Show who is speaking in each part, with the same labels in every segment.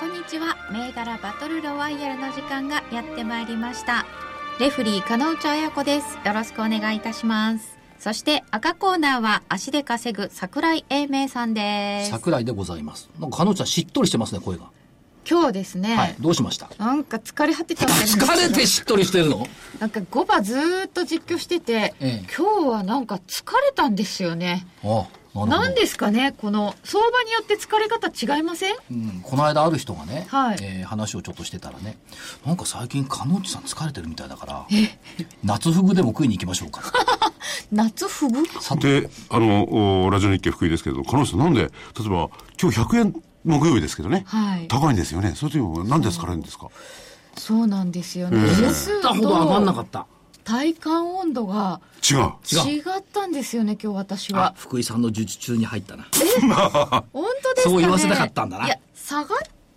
Speaker 1: こんにちは銘柄バトルロワイヤルの時間がやってまいりましたレフリー金内彩子ですよろしくお願いいたしますそして赤コーナーは足で稼ぐ桜井英明さんです
Speaker 2: 桜井でございます。なんか彼女はしっとりしてますね、声が。
Speaker 3: 今日ですね、
Speaker 2: はい。どうしました
Speaker 3: なんか疲れ果てちゃったんですけど
Speaker 2: 疲れてしっとりしてるの
Speaker 3: なんか5番ずーっと実況してて、
Speaker 2: ええ
Speaker 3: 今日はなんか疲れたんですよね
Speaker 2: ああ、なるほど
Speaker 3: なんですかねこの相場によって疲れ方違いません
Speaker 2: うん、この間ある人がね、
Speaker 3: はい
Speaker 2: えー話をちょっとしてたらね、なんか最近、かのうちさん疲れてるみたいだから、夏フグでも食いに行きましょう か。
Speaker 3: 夏フグ
Speaker 2: さて、
Speaker 4: で、あの、おラジオ日経福井ですけれど、彼女さんなんで、例えば、今日100円木曜日ですけどね、
Speaker 3: はい
Speaker 4: 高いんですよね。そういう時も、なんで疲れるんですか
Speaker 3: そうなんですよね、
Speaker 4: ええ
Speaker 3: 指
Speaker 2: 言
Speaker 3: 数
Speaker 2: ったほど上がんなか
Speaker 3: と
Speaker 2: った。
Speaker 3: 体感温度が
Speaker 4: 違う。
Speaker 2: 違
Speaker 3: 違ったんですよね今日私
Speaker 2: あ
Speaker 3: は、
Speaker 2: 福井さんの術中に入ったな。
Speaker 3: 本当ですかね
Speaker 2: そう言わせなかったんだない
Speaker 3: や下がっ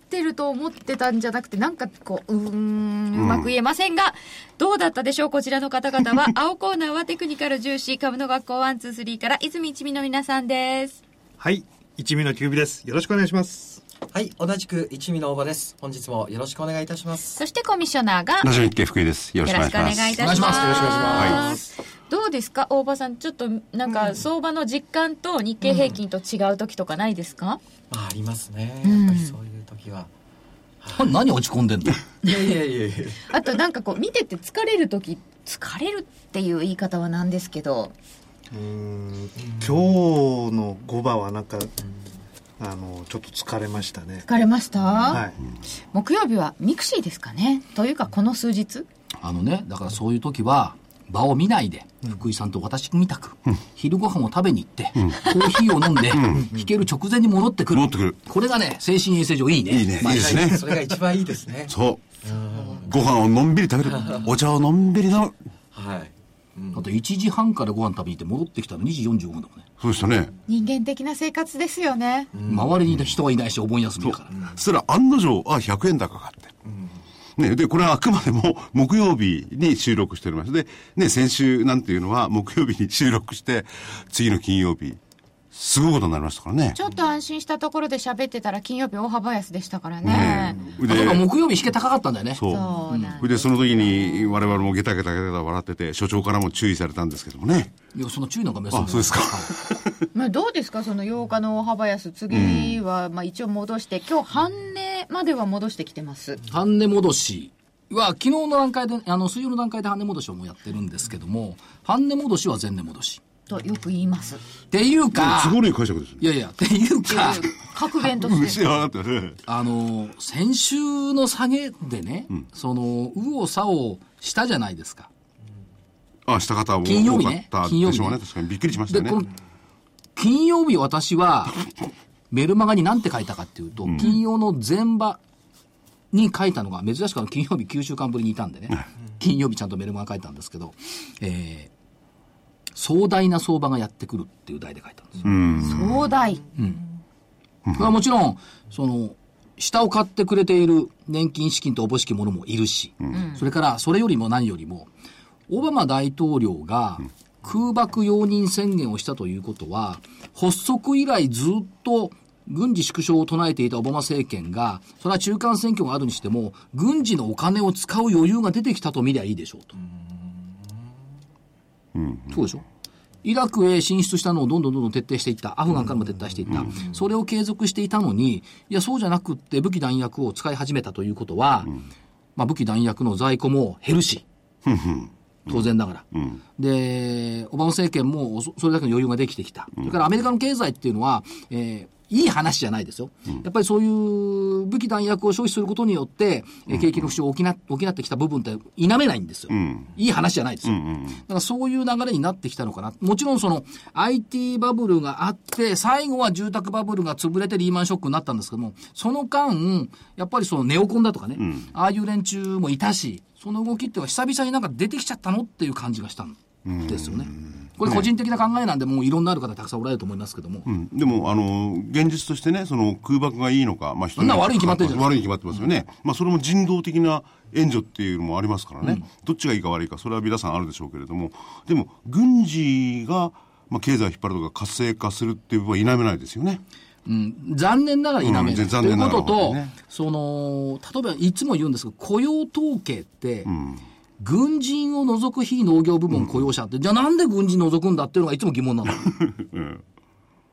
Speaker 3: てると思ってたんじゃなくてなんかこううーんうまく言えませんが、どうだったでしょうこちらの方々は 青コーナーはテクニカル重視株の学校123から泉一味の皆さんです
Speaker 5: はい一味のキュービですよろしくお願いします
Speaker 6: はい、同じく一味の大場です。本日もよろしくお願いいたします。
Speaker 3: そしてコミッショナーが
Speaker 4: ラジオ日経福井です。よろし
Speaker 3: よ
Speaker 4: くお
Speaker 3: ろ
Speaker 4: 願
Speaker 3: し
Speaker 4: い
Speaker 3: くお
Speaker 4: しま
Speaker 3: 願い
Speaker 4: す。
Speaker 3: いたします
Speaker 6: よろしくお願いします
Speaker 3: どうですか大場さんちょっとなんか相場の実感と日経平均と違う時とかないですか、
Speaker 6: まあ、ありますね。やっぱりそういう時は。
Speaker 2: 何落ち込んでんの
Speaker 6: いやいやいやいや
Speaker 3: あとなんかこう見てて疲れる時疲れるっていう言い方はなんですけど
Speaker 5: うーん今日の5番はなんかあのちょっと疲れましたね
Speaker 3: 疲れました、
Speaker 5: はい
Speaker 3: 木曜日はミクシーですかねというかこの数日
Speaker 2: あのね、だからそういう時は、場を見ないで、福井さんと私みたく、昼ご飯を食べに行って、コーヒーを飲んで、弾ける直前に戻ってくる。
Speaker 4: 戻ってくる
Speaker 2: これがね、精神衛生上いいね。
Speaker 4: いいね。いいですね。
Speaker 6: それが一番いいですね。
Speaker 4: そう。ご飯をのんびり食べる。お茶をのんびりの。
Speaker 6: はい。うん
Speaker 2: だって1時半からご飯食べに行って戻ってきたの2時45分だもんね。
Speaker 4: そうでしたね。
Speaker 3: 人間的な生活ですよね
Speaker 2: 周りに人はいないし、お盆休みだから。
Speaker 4: そしたら案の定、あ、100円高かって。ね、で、これはあくまでも 木曜日に収録しております。で、ね、先週なんていうのは木曜日に収録して、次の金曜日、すごいことになりましたからね
Speaker 3: ち。ょっと安心したところで喋ってたら金曜日大幅安でしたからね、
Speaker 4: で
Speaker 2: だから木曜日引け高かったんだよね。
Speaker 4: そう。
Speaker 3: そうなん
Speaker 4: それでその時に我々もゲタゲタゲタ笑ってて、所長からも注意されたんですけどもね。
Speaker 2: いや、その注意なんか目
Speaker 4: あ、そうですか。
Speaker 3: まあ、どうですかその8日の大幅安次はまあ一応戻して今日半値までは戻してきてます
Speaker 2: 半値戻しは、昨日の段階で、あの、水曜の段階で半値戻しをもうやってるんですけども、半値戻しは前値戻し。
Speaker 3: とよく言います
Speaker 2: っていうか、
Speaker 4: 都合のいい解釈ですね。
Speaker 2: いやいや、っていうか、
Speaker 3: 格言と
Speaker 4: う
Speaker 3: し
Speaker 4: して上がったね。
Speaker 2: あの、先週の下げでね、その、右往左往したじゃないですか。
Speaker 4: あ、した方も
Speaker 2: 金曜
Speaker 4: 多
Speaker 2: 日
Speaker 4: か
Speaker 2: ね
Speaker 4: ったで
Speaker 2: 金曜日ね
Speaker 4: しょうね。確かにびっくりしまし
Speaker 2: で、
Speaker 4: たね
Speaker 2: こ。の、金曜日私 は、メルマガに何て書いたかっていうと、金曜の前場に書いたのが、珍しくあの金曜日9週間ぶりにいたんでね、金曜日ちゃんとメルマガ書いたんですけど、えー、壮大な相場がやってくるっていう題で書いたんですよ。
Speaker 3: 壮大
Speaker 2: これはもちろん、その、下を買ってくれている年金資金とおぼしきものもいるし、それからそれよりも何よりも、オバマ大統領が空爆容認宣言をしたということは、発足以来ずっと軍事縮小を唱えていたオバマ政権が、それは中間選挙があるにしても、軍事のお金を使う余裕が出てきたと見りゃいいでしょうと。そうでしょイラクへ進出したのをどんどんどんどん徹底していった。アフガンからも撤退していった。それを継続していたのに、いや、そうじゃなくって武器弾薬を使い始めたということは、まあ武器弾薬の在庫も減るし、当然ながら。で、オバマ政権もそそれだけの余裕ができてきた。それからアメリカの経済っていうのは、えーいい話じゃないですよ。やっぱりそういう武器弾薬を消費することによって、えー景気の不調を補な補ってきた部分って否めないんですよ。いい話じゃないですよ。だからそういう流れになってきたのかな。もちろんその IT バブルがあって、最後は住宅バブルが潰れてリーマンショックになったんですけども、その間、やっぱりそのネオコンだとかね、ああいう連中もいたし、その動きっていうのは久々になんか出てきちゃったのっていう感じがしたんですよね。これ個人的な考えなんで、もういろんなある方たくさんおられると思いますけども。
Speaker 4: うんでも、あの、現実としてね、その空爆がいいのか、まあ人
Speaker 2: そんな悪いに決まってるじゃん
Speaker 4: 悪いに決まってますよね。まあそれも人道的な援助っていうのもありますからね、どっちがいいか悪いか、それは皆さんあるでしょうけれども、でも、軍事が、まあ経済を引っ張るとか活性化するっていう部分は否めないですよね。
Speaker 2: 残念ながら否めない、
Speaker 4: うん
Speaker 2: という
Speaker 4: 残念
Speaker 2: こ
Speaker 4: なが
Speaker 2: と
Speaker 4: ら
Speaker 2: と、
Speaker 4: ね
Speaker 2: その例えばいつも言うんですけど雇用統計って、軍人を除く非農業部門雇用者って、じゃあなんで軍人除くんだっていうのがいつも疑問なの、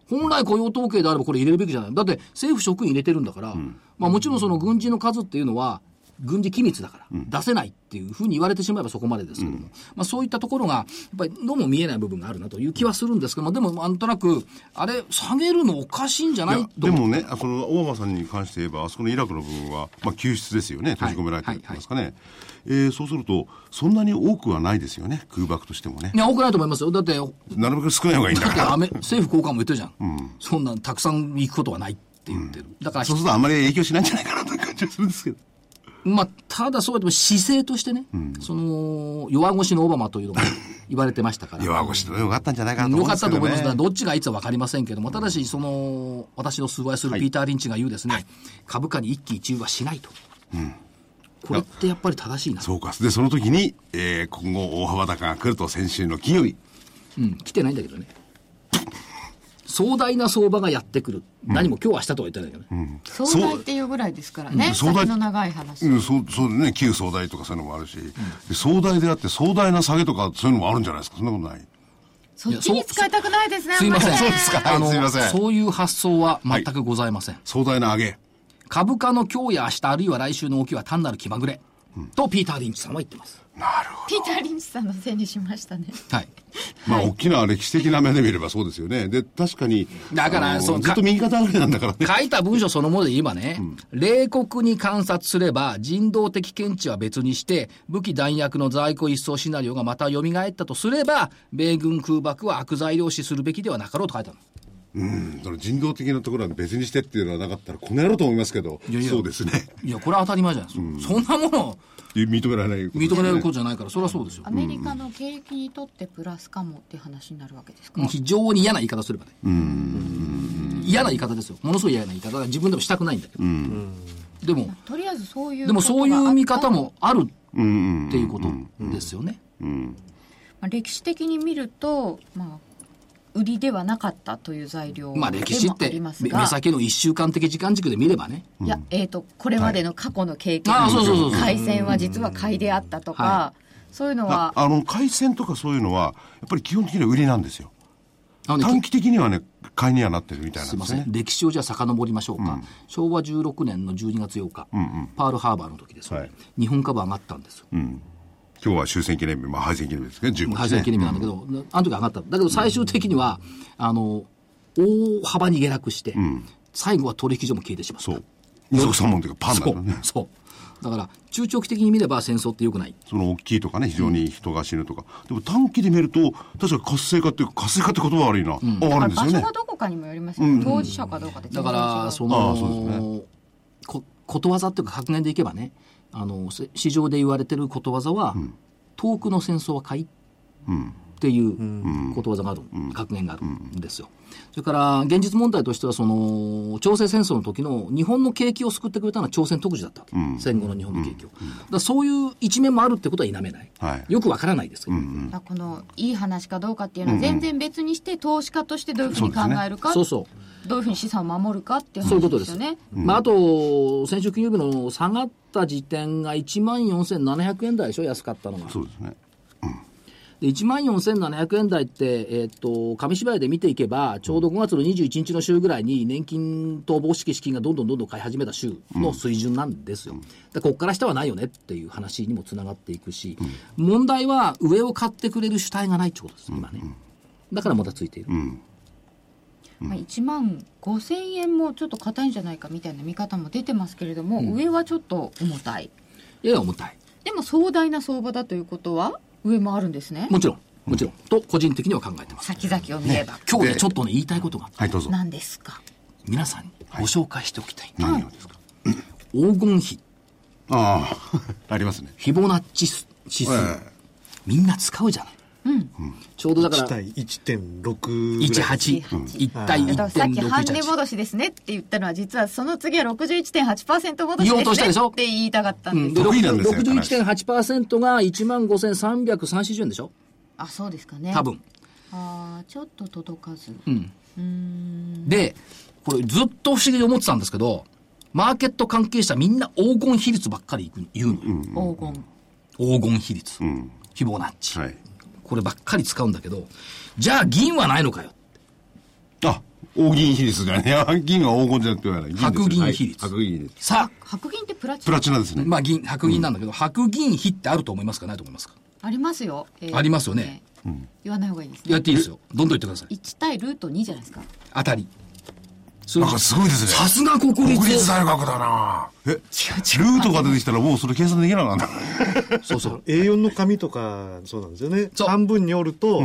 Speaker 2: 本来雇用統計であればこれ入れるべきじゃないだって政府職員入れてるんだから、まあ、もちろんその軍人の数っていうのは軍事機密だから出せないっていうふうに言われてしまえばそこまでですけども、まあ、そういったところがやっぱりどうも見えない部分があるなという気はするんですけどもでもなんとなくあれ下げるのおかしいんじゃない
Speaker 4: い
Speaker 2: と
Speaker 4: や
Speaker 2: 思
Speaker 4: で
Speaker 2: う
Speaker 4: もね、あそのオバマさんに関して言えば、あそこのイラクの部分は、まあ、救出ですよね、閉じ込められてるって言いますかね、えーそうすると、そんなに多くはないですよね、空爆としてもね
Speaker 2: い、や、多くないと思いますよ。だって、だ
Speaker 4: なるべく少ない方がいいんだ
Speaker 2: っ
Speaker 4: か
Speaker 2: て
Speaker 4: ら、
Speaker 2: アメ、 政府高官も言ってるじゃん。そんなんたくさん行くことはないって言ってる。だから
Speaker 4: そう、するとあまり影響しないんじゃないかなという感じがするんですけど、
Speaker 2: まあ、ただそうやっても姿勢としてね、その、弱腰のオバマというのが言われてましたから。
Speaker 4: 弱腰でよかったんじゃないかなと
Speaker 2: よ
Speaker 4: 思うん
Speaker 2: か
Speaker 4: で
Speaker 2: っ
Speaker 4: す
Speaker 2: た
Speaker 4: け
Speaker 2: と思
Speaker 4: ど、
Speaker 2: い
Speaker 4: ね、
Speaker 2: ますが、どっちがいつは分かりませんけども、ただし、その、私の崇拝するピーター・リンチが言うですね、株価に一喜一憂はしないと。これってやっぱり正しいな。
Speaker 4: そうか、で、その時に、えー今後、大幅高が来ると、先週の金曜日、
Speaker 2: うん、来てないんだけどね。壮大な相場がやってくる。何も今日はしたとは言ってないけどね。
Speaker 3: 壮大っていうぐらいですからね。
Speaker 4: 壮大
Speaker 3: 先の長い話。
Speaker 4: うん、そうそうね、旧総大とかそういうのもあるし、で総大であって、壮大な下げとか、そういうのもあるんじゃないですか、そんなことない。
Speaker 3: そっちに使いたくないですね。
Speaker 2: すいません。
Speaker 3: あんりね
Speaker 4: はい
Speaker 2: あの
Speaker 4: すいません
Speaker 2: そういう発想は全くございません。
Speaker 4: 壮大な上げ。
Speaker 2: 株価の今日や明日、あるいは来週の動きは単なる気まぐれ。と、ピーター・リンチさんは言ってます。
Speaker 3: ピーター・リンチさんのせいにしましたね。
Speaker 2: はい。
Speaker 4: まあ、大きな歴史的な目で見れば そうですよね。で、確かに。
Speaker 2: だから
Speaker 4: あの
Speaker 2: そう
Speaker 4: ずっと右肩上がりなんだからね。
Speaker 2: 書いた文章そのもので言えばね、冷酷に観察すれば人道的見地は別にして、武器弾薬の在庫一掃シナリオがまた蘇ったとすれば、米軍空爆は悪材料視するべきではなかろうと書いたの。
Speaker 4: うんその人道的なところは別にしてっていうのはなかったら、この野郎と思いますけど、
Speaker 2: いやいや
Speaker 4: そうですね。
Speaker 2: いや、これは当たり前じゃないですか。そんなもの
Speaker 4: 認められないことですね、
Speaker 2: 認められることじゃないから、それはそうですよ
Speaker 3: ア。メリカの景気にとってプラスかもっていう話になるわけですか。
Speaker 2: もう非常に嫌な言い方すればね。嫌な言い方ですよ。ものすごい嫌な言い方。だから自分でもしたくないんだけど。でも、
Speaker 3: とりあえずそういう
Speaker 2: でもそうい
Speaker 3: ことがあ
Speaker 2: う
Speaker 3: った
Speaker 2: 見方もあるっていうことですよね。
Speaker 3: まあ、歴史的に見ると、まあ、売りではなかったという材料でも
Speaker 2: まあ
Speaker 3: あ
Speaker 2: 歴史って、
Speaker 3: ります
Speaker 2: 目
Speaker 3: が、
Speaker 2: 目先の一週間的時間軸で見ればね。
Speaker 3: いや、えー、とこれまでの過去の経験、
Speaker 2: はいあーそうそうそうそう
Speaker 3: 海鮮は実は買いであったとか、
Speaker 2: は
Speaker 3: そういうの
Speaker 4: あ
Speaker 3: は
Speaker 4: あの、海鮮とかそういうのは、やっぱり基本的には売りなんですよ。
Speaker 2: あのね
Speaker 4: 短期的にはね、買いにはなってるみたいな
Speaker 2: すい
Speaker 4: んで
Speaker 2: ますせ
Speaker 4: ね
Speaker 2: ん。歴史をじゃあ遡りましょうか、昭和16年の12月8日、パールハーバーの時ですね、
Speaker 4: はい
Speaker 2: 日本株上がったんですよ、
Speaker 4: 今日は終戦記念日、まあ、敗戦記念日ですね、15日、ね。
Speaker 2: 敗戦記念日なんだけど、あの時上がった。だけど最終的には、あの、大幅に下落して、最後は取引所も消えてしまった。
Speaker 4: そう。二足三本というか、パンダ
Speaker 2: そ
Speaker 4: だ
Speaker 2: う
Speaker 4: ね。。
Speaker 2: そう。だから、中長期的に見れば戦争って良くない。
Speaker 4: その大きいとかね、非常に人が死ぬとか。でも短期で見ると、確か活性化っていうか、活性化って言葉悪いな。あ、あるんです
Speaker 3: 場所
Speaker 4: よね
Speaker 3: が。どこかにもよりますよね、当事者かどうかで
Speaker 2: だ
Speaker 3: 全然違
Speaker 2: か
Speaker 3: う
Speaker 2: ら、そ
Speaker 4: ああそうです
Speaker 2: の、こことわざっていうか格言でいけばね、あの、せ市場で言われてることわざは、遠くの戦争は買いっていうことわざがある、格言があるんですよ。それから、現実問題としては、その、朝鮮戦争の時の日本の景気を救ってくれたのは朝鮮特需だったわけ。戦後の日本の景気を。だからそういう一面もあるってことは否めない。
Speaker 4: はい
Speaker 2: よくわからないですけど。
Speaker 3: だからこのいい話かどうかっていうのは全然別にして投資家としてどういうふうに考えるか、
Speaker 2: そうそう。
Speaker 3: どういうふうに資産を守るかっていう
Speaker 2: そういうこ
Speaker 3: 話
Speaker 2: と
Speaker 3: で
Speaker 2: ですす
Speaker 3: よね。
Speaker 2: まあ、あと、先週金曜日の下がった時点が1万4700円台でしょ、安かったのが。
Speaker 4: そうですね。
Speaker 2: で、1万4700円台って、えーっと、紙芝居で見ていけば、ちょうど5月の21日の週ぐらいに、年金と防止資金がどんどんどんどん買い始めた週の水準なんですよ。で、こっから下はないよねっていう話にもつながっていくし、問題は上を買ってくれる主体がないってことです、今ね。だからもたついている。
Speaker 3: まあ、1万5000円もちょっと硬いんじゃないかみたいな見方も出てますけれども、上はちょっと重たい
Speaker 2: やや重たい。
Speaker 3: でも壮大な相場だということは上もあるんですね
Speaker 2: もちろん、もちろん、と個人的には考えてます。
Speaker 3: 先々を見れば、
Speaker 2: 今日ね、ちょっとね、言いたいことがあって、
Speaker 4: はい、どうぞ。
Speaker 3: なんですか
Speaker 2: 皆さんにご紹介しておきたい。
Speaker 4: 何をですか
Speaker 2: 黄金比、
Speaker 4: ああ、あ りますね。
Speaker 2: フィボナッチ数指数、
Speaker 4: え
Speaker 2: みんな使うじゃない。ちょうどだか
Speaker 5: 1
Speaker 2: ら、
Speaker 5: 対1.6ぐらい
Speaker 2: 18、1対
Speaker 3: だからさっき半値
Speaker 2: 1.61。
Speaker 3: 戻しですねって言ったのは実はその次は61.8%戻し
Speaker 2: 言おうとした
Speaker 3: で
Speaker 2: ですし
Speaker 3: ね
Speaker 2: ょ
Speaker 3: って言いたかったん
Speaker 2: う
Speaker 3: です、
Speaker 2: ん、で
Speaker 4: 得意なんですよ
Speaker 2: 61.8%が15,330円でしょ
Speaker 3: あそうですかね
Speaker 2: 多分。
Speaker 3: あーちょっと届かず、
Speaker 2: で、これずっと不思議で思ってたんですけど、マーケット関係者みんな黄金比率ばっかり言う言うのよ。
Speaker 3: 黄金
Speaker 2: 黄金比率。希望ナッチ、
Speaker 4: はい。
Speaker 2: こればっかり使うんだけど、じゃあ銀はないのかよ。
Speaker 4: あ、黄金比率じゃない。いや、銀は黄金じゃなくて言わない。ですよ
Speaker 2: 白銀比率
Speaker 4: はい白銀比率。
Speaker 2: さあ、
Speaker 3: 白銀ってプラチ
Speaker 4: プ
Speaker 3: ナ
Speaker 4: ラチナですね。
Speaker 2: まあ銀、白銀なんだけど、白銀比ってあると思いますかないと思いますか
Speaker 3: ありますよ、え
Speaker 2: ありますよね、
Speaker 3: 言わない方がいいです
Speaker 2: や
Speaker 3: ね
Speaker 2: っていいですよ。どんどん言ってください。
Speaker 3: 1対ルート2じゃないですか
Speaker 2: 当たり。それ
Speaker 4: なんかすごいですね。
Speaker 2: さすが国立。
Speaker 4: 国立大学だなえ、違う違う。ルートが出てきたらもうそれ計算できなかった。
Speaker 2: そうそう。
Speaker 5: A4 の紙とかそうなんですよね
Speaker 2: そう
Speaker 5: 半分に折ると、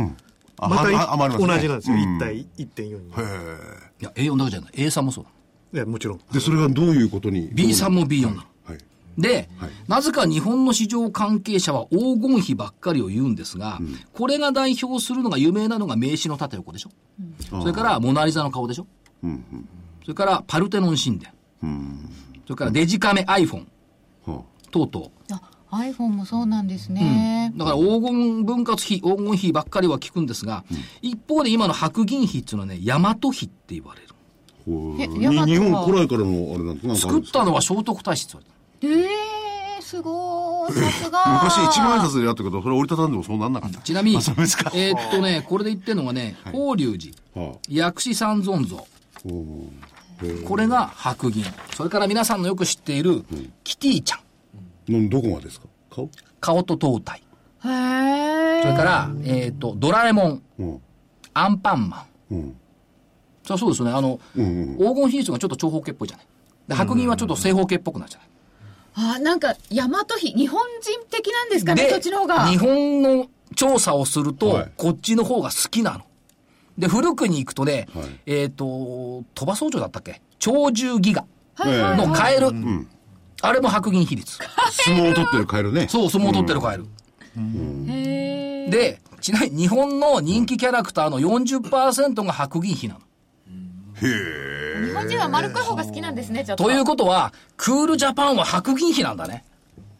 Speaker 4: あ
Speaker 5: またい
Speaker 4: はあ余り
Speaker 5: 同
Speaker 4: ますね
Speaker 5: じなんですよ、
Speaker 4: うん
Speaker 5: 1対1.4に
Speaker 2: いや、A4 だけじゃない。A3 もそうだ。
Speaker 5: いやもちろん
Speaker 4: で、それがどういうことに
Speaker 2: B3 も B4 なの。
Speaker 4: はい。
Speaker 2: で、なぜか日本の市場関係者は黄金比ばっかりを言うんですが、これが代表するのが有名なのが名刺の縦横でしょ、それからモナリザの顔でしょ、それからパルテノン神殿、それからデジカメ iPhone
Speaker 4: は
Speaker 2: 等々。
Speaker 3: あ iPhone もそうなんですね、
Speaker 2: だから黄金分割比、黄金比ばっかりは聞くんですが、一方で今の白銀比っていうのはね、大和比って言われる。
Speaker 4: あほう
Speaker 3: え
Speaker 4: に
Speaker 3: ヤマトは
Speaker 4: 日本古来からのあれなんてなんかある
Speaker 2: 作
Speaker 4: ん
Speaker 2: っ
Speaker 4: ですか
Speaker 2: たのは聖徳太子って言われてる
Speaker 3: えー、すごいさすが
Speaker 4: 昔一万円札でやったけど、それ折りたたんでもそうなんなかった。
Speaker 2: ちなみに、
Speaker 4: あそうですか。
Speaker 2: えーっとね、これで言ってるのがね、法隆寺、
Speaker 4: はあ
Speaker 2: 薬師三尊像、
Speaker 4: おー
Speaker 2: これが白銀。それから皆さんのよく知っている、キティちゃん。
Speaker 4: のどこがですか顔
Speaker 2: 顔と胴体。
Speaker 3: へえ
Speaker 2: それから、えっ、と、ドラえもん、
Speaker 4: うん。
Speaker 2: アンパンマン。
Speaker 4: うん。
Speaker 2: そりゃそうですよね。あの、
Speaker 4: ん
Speaker 2: 黄金比率がちょっと長方形っぽいじゃない。で白銀はちょっと正方形っぽくなるじゃない。
Speaker 3: あなんか大和比日本人的なんですかねそっちの方が
Speaker 2: 日本の調査をすると、
Speaker 4: はい
Speaker 2: こっちの方が好きなの。で、古くに行くとね、
Speaker 4: はい
Speaker 2: えっ、と、鳥羽総長だったっけ鳥獣ギガ
Speaker 3: はいはい
Speaker 2: の
Speaker 3: は
Speaker 2: カエル。あれも白銀比率。
Speaker 4: 相撲を取ってるカエルね。
Speaker 2: そう、相撲を取ってるカエル。
Speaker 3: いへー
Speaker 2: で、ちなみに日本の人気キャラクターの40%が白銀比なの。
Speaker 3: 日本人は丸っこい方が好きなんですねちょっと
Speaker 2: ということは、クールジャパンは白銀比なんだね。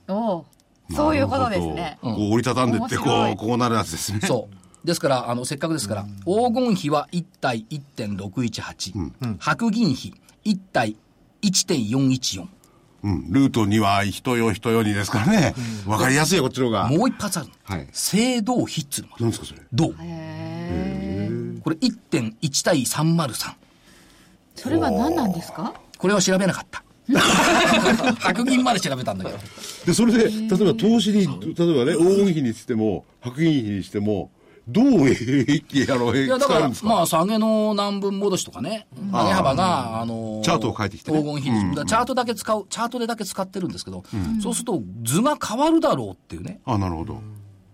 Speaker 3: おう
Speaker 4: なるほど。
Speaker 3: そういうことですね
Speaker 4: こう折りたたんでって、こ、
Speaker 3: 面白いう
Speaker 4: こうなるやつですね。
Speaker 2: そう。ですから、あの、せっかくですから、黄金比は1対1.618、白銀比1対1.414。
Speaker 4: うん。ルートには人よ人よにですからね。わかりやすいよ、こっちの方が。
Speaker 2: もう一発あるの。
Speaker 4: はい
Speaker 2: 青銅比っつうのもある。
Speaker 4: なんですか、それ。
Speaker 2: 銅。
Speaker 3: へー
Speaker 2: これ1.1対303。
Speaker 3: それは何なんですか
Speaker 2: これは調べなか った。白銀まで調べたんだけど。
Speaker 4: で、それで、例えば投資に、例えばね、黄金比にしても、白銀比にしても、どう、えー、あの、え
Speaker 2: いや、だ
Speaker 4: 使
Speaker 2: か
Speaker 4: える
Speaker 2: ら
Speaker 4: んです、か
Speaker 2: まあ、下げの南分戻しとかね、上げ幅が、あの
Speaker 4: チャートを変えてきてね
Speaker 2: 黄金比率。だからチャートだけ使う、チャートでだけ使ってるんですけど、そうすると図が変わるだろうっていうね。
Speaker 4: あ、なるほど。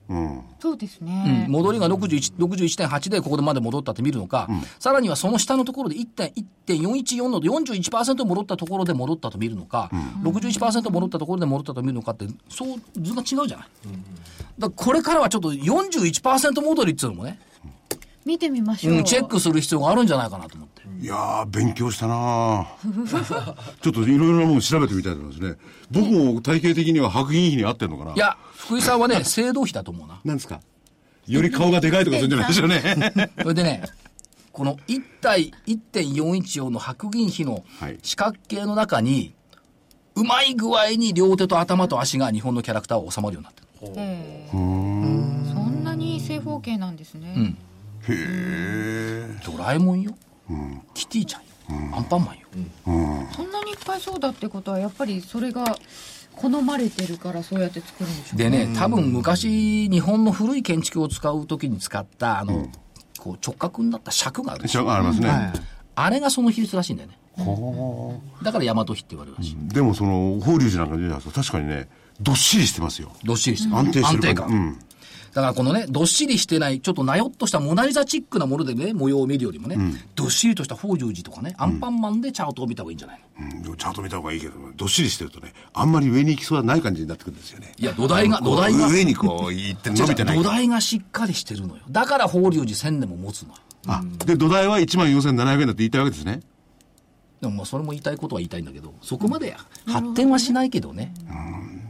Speaker 4: うん。
Speaker 3: そうです
Speaker 2: うん
Speaker 3: ね、
Speaker 2: 戻りが61 61.8でここまで戻ったって見るのか、さらにはその下のところで1.1 1.414の41%戻ったところで戻ったと見るのか、61%戻ったところで戻ったと見るのかって、そう、図が違うじゃない。だからこれからはちょっと41%戻りっていうのもね、
Speaker 3: 見てみましょう、
Speaker 2: うん、チェックする必要があるんじゃないかなと思って。
Speaker 4: いやー、勉強したなー ちょっといろいろなもの調べてみたいと思いますね。僕も体系的には白銀比に合ってるのかない
Speaker 2: い、や、福井さんはね、青銅比だと思うな。
Speaker 4: なんですかより顔がでかいとかするんじゃないでしょうね。
Speaker 2: それでね、この1対1.414の白銀比の
Speaker 4: はい
Speaker 2: 四角形の中に、うまい具合に両手と頭と足が日本のキャラクターを収まるようになってる。
Speaker 3: へーそんなに正方形なんですね、
Speaker 2: ドラえもんよ。キティちゃんよ。アンパンマンよ。
Speaker 3: そんなにいっぱいそうだってことはやっぱりそれが好まれてるからそうやって作るんでしょう
Speaker 2: でね、多分昔、日本の古い建築を使うときに使った、あの、こう直角になった尺があるんです
Speaker 4: 一
Speaker 2: よ
Speaker 4: 応ありますね。
Speaker 5: はい
Speaker 2: あれがその比率らしいんだよね。だから大和比って言われるらしい。
Speaker 4: でもその、法隆寺なんかで言うと確かにね、どっしりしてますよ。
Speaker 2: どっしりしてる。
Speaker 4: 安定してる
Speaker 2: 安定
Speaker 4: 感
Speaker 2: 感。
Speaker 4: じうん
Speaker 2: だからこのね、どっしりしてない、ちょっとなよっとしたモナリザチックなものでね、模様を見るよりもね、どっしりとした法隆寺とかね、アンパンマンでチャートを見た方がいいんじゃないの、
Speaker 4: うんでもちゃんと見た方がいいけど、どっしりしてるとね、あんまり上に行きそうはない感じになってくるんですよね。
Speaker 2: いや、土台が、
Speaker 4: こう
Speaker 2: 土台が。
Speaker 4: 上にこう、行って伸びてない
Speaker 2: じゃあ土
Speaker 4: から。
Speaker 2: 台がしっかりしてるのよ。だから法隆寺1000年も持つのよ。
Speaker 4: あ、で、土台は1万4700円だって言いたいわけですね。
Speaker 2: でもまあそれも言いたいことは言いたいんだけど、そこまで発展はしないけどね。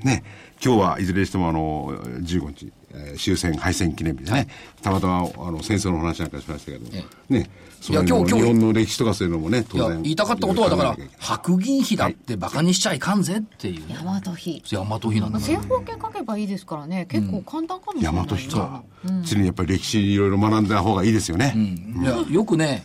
Speaker 4: ね、今日はいずれにしてもあの15日、えー終戦敗戦記念日でね、たまたまあの戦争の話なんかしましたけども、
Speaker 2: え
Speaker 4: ね、そういう
Speaker 2: 今
Speaker 4: のも
Speaker 2: 日
Speaker 4: 日
Speaker 2: 今日
Speaker 4: 本の歴史とかそういうのもね、
Speaker 2: いや
Speaker 4: 当然。
Speaker 2: 言いたかったことはだから
Speaker 4: いろいろ考えなきゃいけ、ない
Speaker 2: 白銀比だって馬鹿にしちゃいかんぜっていうね。
Speaker 3: 大和比
Speaker 2: 大和比なんだから
Speaker 3: 正方形書けばいいですからね結構簡単かもしれない
Speaker 4: 大
Speaker 3: な、
Speaker 4: 和人は、常にやっぱり歴史いろいろ学んだ方がいいですよね。
Speaker 2: いや、よく ね、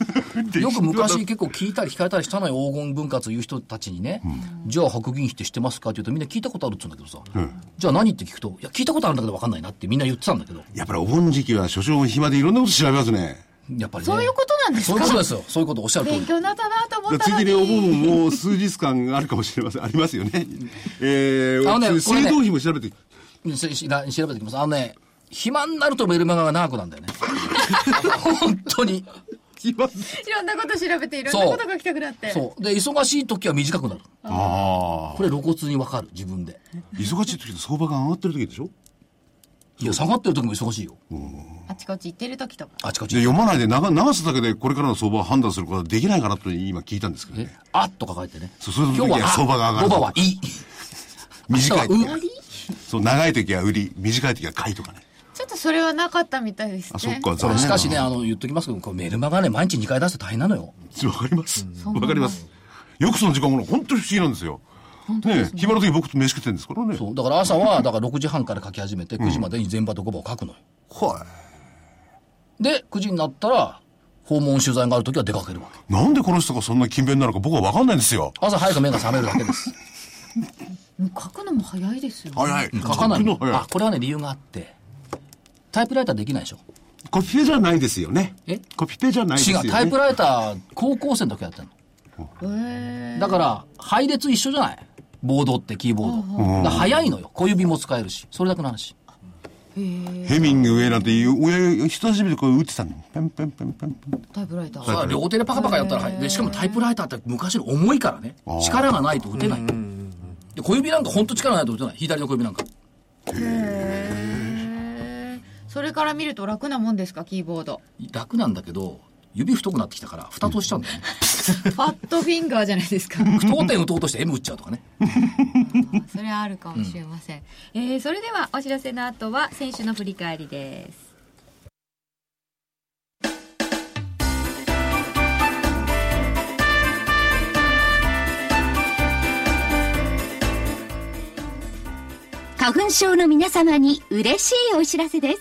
Speaker 2: よく昔結構聞いたり聞かれたりしたのよ、黄金分割を言う人たちにね、じゃあ白銀比って知ってますかって言うとみんな聞いたことあるって言うんだけどさ、じゃあ何って聞くと、いや、聞いたことあるんだけど分かんないなってみんな言ってたんだけど、
Speaker 4: やっぱりお盆の時期は所長も暇でいろんなこと調べますね。
Speaker 2: やっぱりね。
Speaker 3: そういうことなんです
Speaker 2: そういう
Speaker 3: か
Speaker 2: ことですよ。そういうことおっしゃる通り
Speaker 3: 勉。強になったなと思
Speaker 4: だ
Speaker 3: っ
Speaker 4: か
Speaker 3: た
Speaker 4: ら
Speaker 3: の
Speaker 4: つい
Speaker 3: に
Speaker 4: でにお盆ももう数日間あるかもしれません。ありますよね。えー、
Speaker 2: あのね
Speaker 4: 私
Speaker 2: これ
Speaker 4: 水
Speaker 2: ね
Speaker 4: 道費も調べて、
Speaker 2: ししら調べてきます。あのね、暇になるとメルマガが長くなんだよね。 本当に。
Speaker 4: きます。
Speaker 7: いろんなこと調べていろん
Speaker 2: そう
Speaker 7: なことがきたくなって
Speaker 2: そう。で、忙しい時は短くなる。
Speaker 4: ああ。
Speaker 2: これ露骨にわかる、自分で。
Speaker 4: 忙しい時と相場が上がってる時でしょ
Speaker 2: いや、下がってる時も忙しいよ。
Speaker 3: あちこち行ってる時とか
Speaker 2: あちこ
Speaker 4: で
Speaker 2: ち。
Speaker 4: 読まないで流流すだけでこれからの相場を判断することはできないかなと今聞いたんですけど
Speaker 2: え
Speaker 4: ね。
Speaker 2: あっとか書いてね。
Speaker 4: そうそういう
Speaker 2: 今
Speaker 4: 時
Speaker 2: 日は
Speaker 4: は
Speaker 2: あ
Speaker 4: 相場が上がる
Speaker 2: ロバはいい。
Speaker 4: 短い時
Speaker 2: あ
Speaker 4: は
Speaker 2: う、
Speaker 4: そう、長い時は売り、短い時は買いとかね。
Speaker 7: ちょっとそれはなかったみたいです
Speaker 4: あ、そっ
Speaker 7: ね
Speaker 2: こ
Speaker 4: か、残
Speaker 2: れ
Speaker 4: 念
Speaker 2: し
Speaker 4: だ
Speaker 2: か
Speaker 4: な
Speaker 2: しね、あの、言っときますけど、これメルマガね、毎日2回出すと大変なのよ。
Speaker 4: わかります。わかります。よくその時間もの、本当に不思議なんですよ。ねえ暇の時僕と飯食ってるんですからね。
Speaker 2: そう。だから朝は、だから6時半から書き始めて、9時までに全場と5場を書くのよ。
Speaker 4: は
Speaker 2: で、9時になったら、訪問取材がある時は出かけるわけ。
Speaker 4: い。なんでこの人がそんな勤勉なのか僕はわかんないんですよ。
Speaker 2: 朝早く目が覚めるだけ です。
Speaker 3: もう書くのも早いですよね
Speaker 4: 早い。
Speaker 2: 書かない
Speaker 4: の
Speaker 2: の。
Speaker 4: 早い
Speaker 2: あ、。これはね、理由があって、タイプライターできないでしょ。
Speaker 4: コピペじゃないですよね。
Speaker 2: え
Speaker 4: コピペじゃないです
Speaker 2: 違
Speaker 4: よ、
Speaker 2: う、
Speaker 4: ね。
Speaker 2: タイプライター、高校生の時やったの。だから、配列一緒じゃないボードってキーボード。だから早いのよ。小指も使えるし。それだけの話。
Speaker 4: ヘミングウェイなんていう、親、人差し指でこう打ってたの。ペンペンペンペンペン。
Speaker 3: タイプライター
Speaker 2: さあ両手でパカパカやったらはい、で、しかもタイプライターって昔の重いからね。力がないと打てない。で小指なんか本当力がないと打てない。左の小指なんか。
Speaker 3: それから見ると楽なもんですかキーボード
Speaker 2: 楽なんだけど、指太くなってきたから、二通しちゃうんだよね。
Speaker 3: ファットフィンガーじゃないですか
Speaker 2: 句読点打とうとして M 打っちゃうとかね。
Speaker 3: それはあるかもしれません、えーそれではお知らせの後は選手の振り返りです
Speaker 1: 花粉症の皆様に嬉しいお知らせです。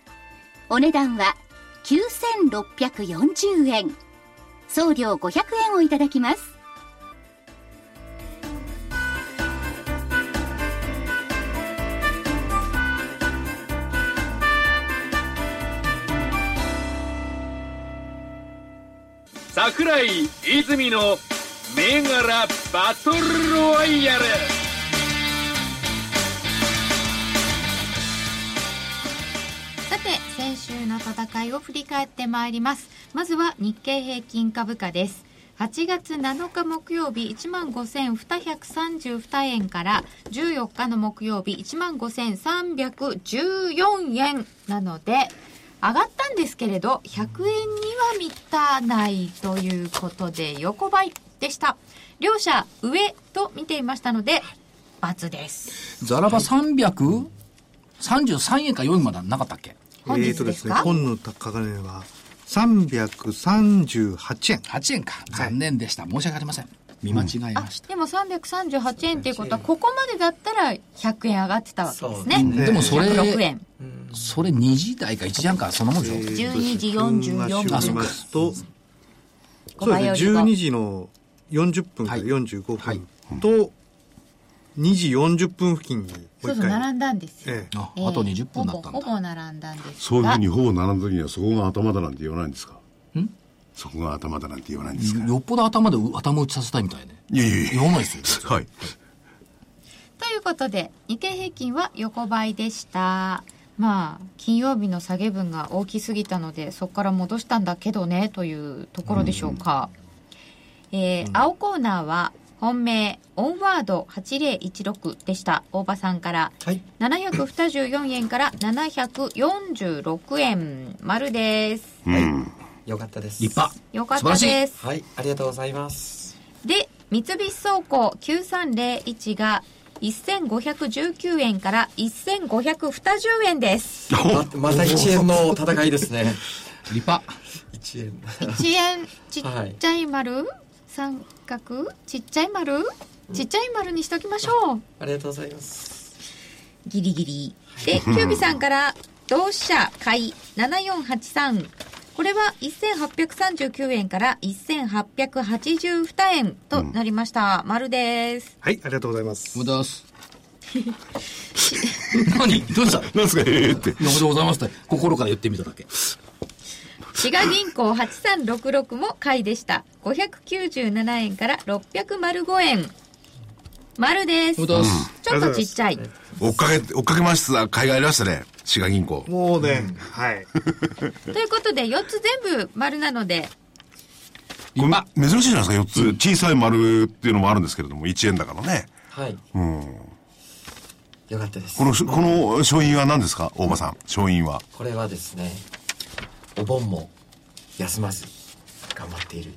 Speaker 1: お値段は9640円。送料500円をいただきます。
Speaker 8: 桜井泉の銘柄バトルロワイヤル
Speaker 3: さて先週の戦いを振り返ってまいりますまずは日経平均株価です8月7日木曜日1万5232円から14日の木曜日1万5314円なので上がったんですけれど100円には満たないということで横ばいでした両者上と見ていましたので×です
Speaker 2: ザラバ333円か4円までなかったっけ
Speaker 3: 本
Speaker 5: え
Speaker 3: 日
Speaker 5: ーと
Speaker 3: で
Speaker 5: ですすね
Speaker 3: か、
Speaker 5: 今の高値は338円。
Speaker 2: 8円か残念でした、申し訳ありません見間違え
Speaker 3: あ
Speaker 2: ました、
Speaker 3: でも338円ということはここまでだったら100円上がってたわけですね
Speaker 6: そう
Speaker 5: ね
Speaker 2: でもそれ
Speaker 3: 106円
Speaker 2: それ2時台か1時半かそんなもんでしょ、
Speaker 3: 12時44分
Speaker 5: 分しますと、
Speaker 3: 5
Speaker 5: そう
Speaker 3: 倍
Speaker 5: で
Speaker 3: よ
Speaker 5: す
Speaker 3: り
Speaker 5: ね、
Speaker 3: も
Speaker 5: 12時の40分から45分と、2時40分付近にも
Speaker 3: そう
Speaker 5: う一
Speaker 3: そう並
Speaker 5: 回、
Speaker 3: んだんですよ、
Speaker 5: ええ
Speaker 2: あ
Speaker 3: ええ
Speaker 2: あと20分だったんだ
Speaker 3: ほぼほぼ並んだんですが
Speaker 4: そういうふうにほぼ並んだ時にはそこが頭だなんて言わないんですかそこが頭だなんて言わないんですか
Speaker 2: よっぽど頭でう頭打ちさせたいみたいね
Speaker 4: いやいやいや
Speaker 2: 言わないですよ
Speaker 4: はい
Speaker 3: ということで日経平均は横ばいでしたまあ金曜日の下げ分が大きすぎたのでそこから戻したんだけどねというところでしょうか、えー青コーナーは本命オンワード8016でした大場さんから
Speaker 6: はい。
Speaker 3: 724円から746円丸です
Speaker 4: うん
Speaker 6: よかったです。
Speaker 2: 立派
Speaker 3: よかった
Speaker 2: 素晴ら
Speaker 3: で
Speaker 2: し
Speaker 3: す
Speaker 6: はい。ありがとうございます。
Speaker 3: で三菱倉庫9301が1519円から1520円です
Speaker 6: ままた1円の戦いですね。
Speaker 2: い立派
Speaker 6: 1円。
Speaker 3: 1円ちっちゃい丸、三角ちっちゃい丸ちっちゃい丸にしときましょう
Speaker 6: ありがとうございます。
Speaker 3: ギリギリでキュービさんから同志社買い7483これは1839円から1882円となりました、丸です
Speaker 5: はい、ありがとうございます。
Speaker 2: 無駄です 何どうした
Speaker 4: なんですかええって
Speaker 2: おめでとうございますって心から言ってみただけ
Speaker 3: 滋賀銀行8366も買いでした597円から605円丸です
Speaker 2: おめで
Speaker 3: ち
Speaker 2: とう
Speaker 3: ょ
Speaker 2: ございます
Speaker 3: っとちっちゃい
Speaker 4: 追っかけ追っかけました海外ありましたね滋賀銀行
Speaker 5: もうね、はい。
Speaker 3: ということで4つ全部丸なので
Speaker 4: これ珍しいじゃないですか4つ小さい丸っていうのもあるんですけれども1円だからね
Speaker 6: はい。よかったです。
Speaker 4: このこの勝因は何ですか大場さん勝因は
Speaker 6: これはですね、お盆も休まず頑張っている。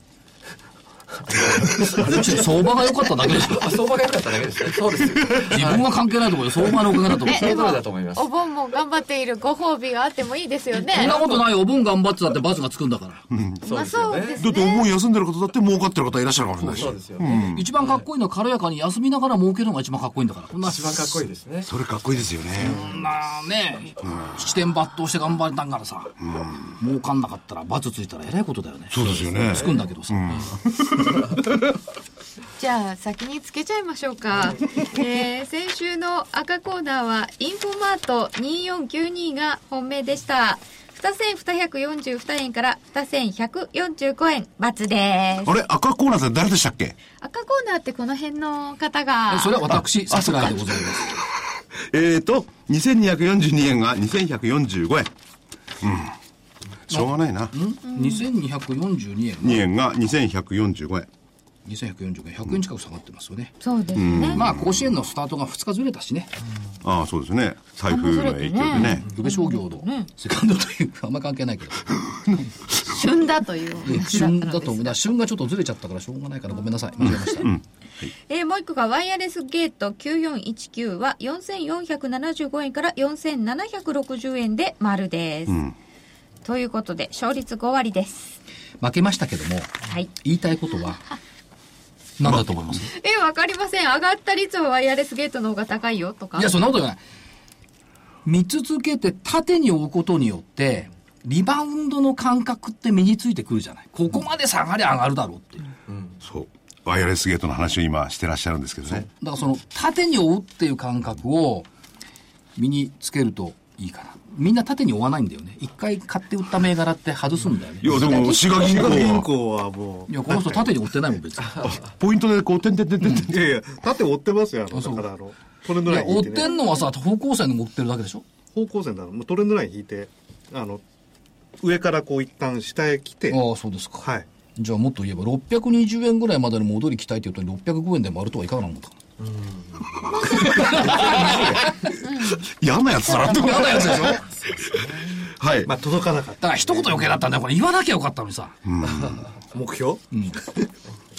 Speaker 2: うち相場が良かっただけでしょ
Speaker 6: あ、相場が良かっただけですね。そうです。
Speaker 2: 自分は関係ないと思うよ相場のおかげだと思う
Speaker 6: そういうことだと思います
Speaker 7: お。盆も頑張っているご褒美があってもいいですよ
Speaker 2: そん
Speaker 7: ね
Speaker 2: なことないお盆頑張ってたってバツがつくんだから。
Speaker 6: そうですよね。
Speaker 4: だってお盆休んでる方だって儲かってる方いらっしゃるかもしれないし
Speaker 6: そうですよね。
Speaker 2: 一番かっこいいのは軽やかに休みながら儲けるのが一番かっこいいんだから。こんな、
Speaker 6: 一番かっこいいですね。
Speaker 4: それかっこいいですよね
Speaker 2: こんなね、七点抜刀して頑張れたんからさ、儲かんなかったらバツついたらえらいことだよね。
Speaker 4: そうですよね
Speaker 2: つくんだけどさ。
Speaker 7: じゃあ先につけちゃいましょうか、えー先週の赤コーナーはインフォマート2492が本命でした2242円から2145円×です
Speaker 4: あれ赤コーナーって誰でしたっけ
Speaker 7: 赤コーナーってこの辺の方が
Speaker 2: それは私、さすがでございます。
Speaker 4: えーと2242円が2145円うんしょうがないな
Speaker 2: 2242円
Speaker 4: 2
Speaker 2: が
Speaker 4: 円が2145円
Speaker 2: 2140円、100円近く下がってますよね。
Speaker 3: そうですね
Speaker 2: まあ、甲子園のスタートが2日ずれたしね、
Speaker 4: ああそうですね台風の影響でね
Speaker 2: 宇部商業のセカンドというか、あんま関係ないけど。
Speaker 7: 旬だという
Speaker 2: うん旬だと、だ旬がちょっとずれちゃったからしょうがないからごめんなさい。間違えました。
Speaker 3: えーもう一個がワイヤレスゲート9419は4475円から4760円で丸です、ということで勝率5割です
Speaker 2: 負けましたけども、
Speaker 3: はい
Speaker 2: 言いたいこと は、何だと思います
Speaker 7: えわかりません上がった率はワイヤレスゲートの方が高いよとか
Speaker 2: いや、そんなことじゃない。見続けて縦に追うことによって、リバウンドの感覚って身についてくるじゃない。ここまで下がりゃ上がるだろうっていう。
Speaker 4: そうワイヤレスゲートの話を今してらっしゃるんですけどね
Speaker 2: だからその縦に追うっていう感覚を身につけるといいかな。みんな縦に追わないんだよね。一回買って売った銘柄って外すんだよね。
Speaker 4: いやでも滋賀銀
Speaker 5: 滋
Speaker 4: 行
Speaker 5: 賀銀
Speaker 4: は
Speaker 5: 行はも
Speaker 2: いや、この人縦に追ってないもん 別に。
Speaker 4: ポイントでこう点々点々点
Speaker 5: う、いやいや、だって追ってますよ、あの、
Speaker 2: そう
Speaker 5: だからあの、トレン
Speaker 2: い
Speaker 5: ドラ
Speaker 2: や
Speaker 5: イン
Speaker 2: 追
Speaker 5: 引
Speaker 2: っ
Speaker 5: いて、
Speaker 2: てん
Speaker 5: ね。
Speaker 2: のはさ、方向線で追ってるだけでしょ
Speaker 5: 方向線だろ、もうトレンドライン引いて、あの上からこう一旦下へ来て、
Speaker 2: ああ、そうですか。
Speaker 5: はい、
Speaker 2: じゃあもっと言えば、620円ぐらいまでに戻り期待というと、605円で割るとはいかがなものか。
Speaker 4: 嫌 なやつだなって
Speaker 2: 嫌なやつでしょだ
Speaker 4: はい。
Speaker 5: まあ、届かなかっ
Speaker 2: から一言余計だったんだよ。これ言わなきゃよかったのにさ。
Speaker 5: た目標、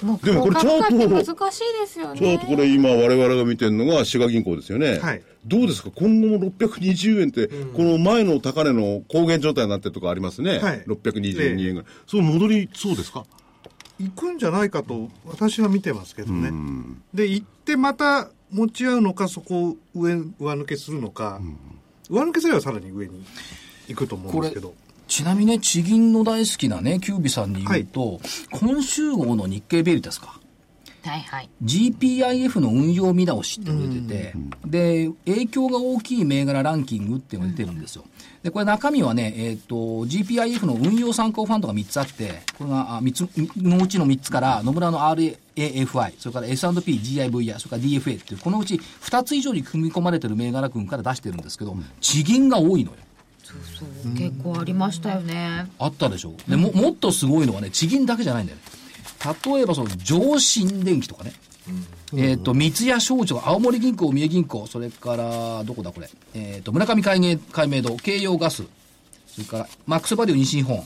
Speaker 7: もう
Speaker 4: でもこ
Speaker 7: 効
Speaker 4: れ
Speaker 7: 果
Speaker 4: ちゃんと
Speaker 7: って難しいですよね
Speaker 4: ちょっとこれ今我々が見てるのが滋賀銀行ですよね。
Speaker 5: はい
Speaker 4: どうですか今後も620円って、この前の高値の高原状態になってるとこありますね。
Speaker 5: はい
Speaker 4: 622円ぐらい。そう戻りそうですか
Speaker 5: 行くんじゃないかと私は見てますけどね、で行ってまた持ち合うのかそこを上上抜けするのか、上抜けすればさらに上に行くと思うん
Speaker 2: これ
Speaker 5: ですけど、
Speaker 2: ちなみにね、地銀の大好きなね、キュービさんに言うと、今週号の日経ベリタスか。
Speaker 3: はいはい。
Speaker 2: GPIF の運用見直しっていうのが出てて、で、影響が大きい銘柄ランキングっていうのが出てるんですよ。で、これ中身はね、えっ、と、GPIF の運用参考ファンドが3つあって、これが、あ3つ、のうちの3つから、野村の RAFI、それから S&P、GIVI、それから DFA っていう、このうち2つ以上に組み込まれてる銘柄群から出してるんですけど、地銀が多いのよ。
Speaker 7: そう結構ありましたよね
Speaker 2: あったでしょでももっとすごいのはね地銀だけじゃないんだよね例えばその上信電機とかね、えっ、と三谷商事青森銀行三重銀行それからどこだこれ、えっと村上海明海明堂京葉ガスそれからマックスバリュー西日本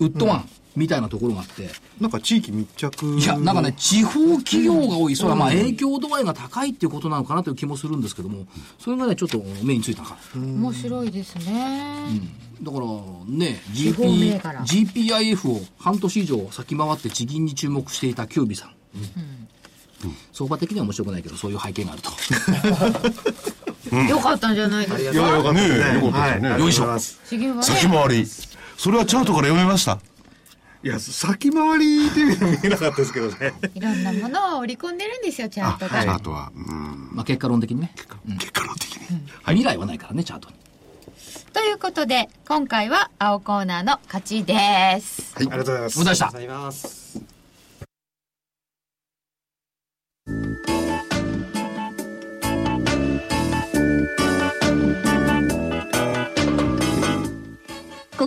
Speaker 2: ウッドワン、みたいなところがあって、
Speaker 5: なんか地域密着の
Speaker 2: いや、なんかね、地方企業が多い、それはまあ影響度合いが高いっていうことなのかなという気もするんですけども、それがね、ちょっと目についたかな。
Speaker 7: 面白いですね、
Speaker 2: だからね
Speaker 7: 方銘
Speaker 2: GP
Speaker 7: 柄
Speaker 2: GPIF を半年以上先回って地銀に注目していたキュービさん、相場的には面白くないけどそういう背景があると
Speaker 7: よかったんじゃないですか
Speaker 5: よかったですね
Speaker 4: ねえよかったですね
Speaker 5: はい、
Speaker 4: よい
Speaker 2: しょ
Speaker 5: ありがとうござます
Speaker 7: 資源はね
Speaker 4: 先回り。それはチャートから読めました。
Speaker 5: いや先回りというのは見えなかったですけどね
Speaker 7: いろんなものを織り込んでるんですよチャー
Speaker 4: チ
Speaker 7: トが、
Speaker 4: ャートは。うん
Speaker 2: まあ結果論的にね、
Speaker 4: 結果論的に。
Speaker 2: 未来はないからねチャートに
Speaker 7: ということで今回は青コーナーの勝ちです
Speaker 5: ありがとうございます
Speaker 2: お疲れ様でした
Speaker 6: ございます。
Speaker 1: こ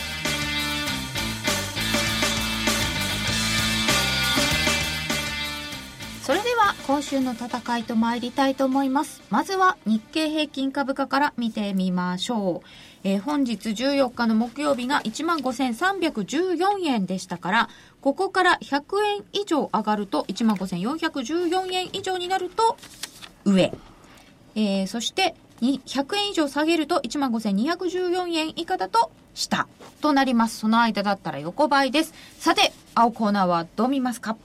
Speaker 3: それでは今週の戦いと参りたいと思います。まずは日経平均株価から見てみましょう。えー本日14日の木曜日が15,314円でしたから、ここから100円以上上がると15,414円以上になると上。えーそして、に100円以上下げると15,214円以下だと下となります。その間だったら横ばいです。さて、青コーナーはどう見ますか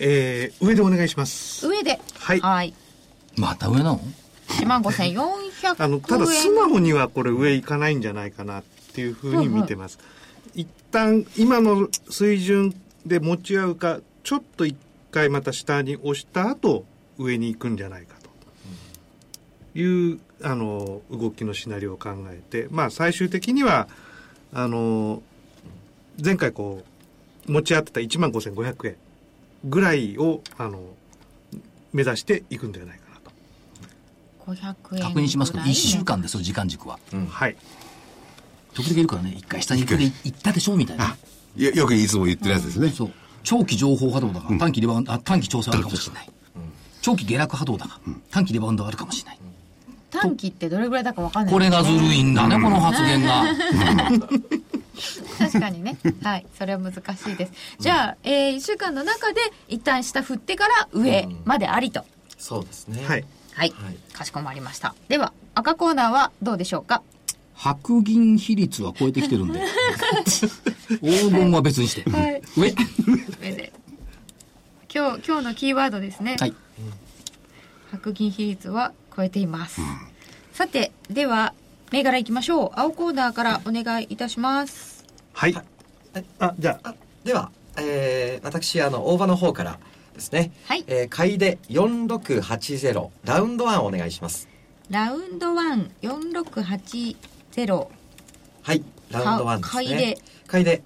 Speaker 5: えー上でお願いします
Speaker 3: 上で。
Speaker 5: はい
Speaker 3: はい。
Speaker 2: また上なの
Speaker 3: 1万5400円。
Speaker 5: あのただ素直にはこれ上行かないんじゃないかなっていうふうに見てます、一旦今の水準で持ち合うかちょっと一回また下に押した後上に行くんじゃないかというあの動きのシナリオを考えてまあ最終的にはあの前回こう持ち合ってた1万5500円ぐらいをあの目指していくんじゃないかなと、
Speaker 3: 500円。
Speaker 2: 確認しますけど1週。間ですよ時間軸は
Speaker 5: はい
Speaker 2: 時々いるからね一回下に行くで行ったでしょみたいな
Speaker 4: よよくいつも言ってるやつですね。
Speaker 2: そう長期情報波動だから短期リバウンド、あ短期調整はあるかもしれない長期下落波動だから短期リバウンドはあるかもしれない
Speaker 7: 短期ってどれぐらいだかわかんない
Speaker 2: これがずるいんだね、この発言が。
Speaker 3: 確かにね。はい。それは難しいです。じゃあ、えー、1週間の中で、一旦下振ってから上までありと。
Speaker 6: そうですね。
Speaker 5: はい。
Speaker 3: はい
Speaker 6: はい。
Speaker 3: かしこまりました。では、赤コーナーはどうでしょうか
Speaker 2: 白銀比率は超えてきてるんで。黄金は別にして。
Speaker 3: はい
Speaker 2: 上。
Speaker 3: 上で。今日、今日のキーワードですね。
Speaker 2: はい。
Speaker 3: 白銀比率は超えています。さて、では、銘柄いきましょう。青コーナーからお願いいたします。
Speaker 5: はい。あ、じゃあ、
Speaker 6: あでは、えー私あの大場の方からですね。
Speaker 3: はい
Speaker 6: えー買いで4680ラウンドワンお願いします。
Speaker 3: ラウンド1、4680。
Speaker 6: はい。ラウンドワンです
Speaker 3: 買
Speaker 6: ね。
Speaker 3: いで。
Speaker 6: 買いで。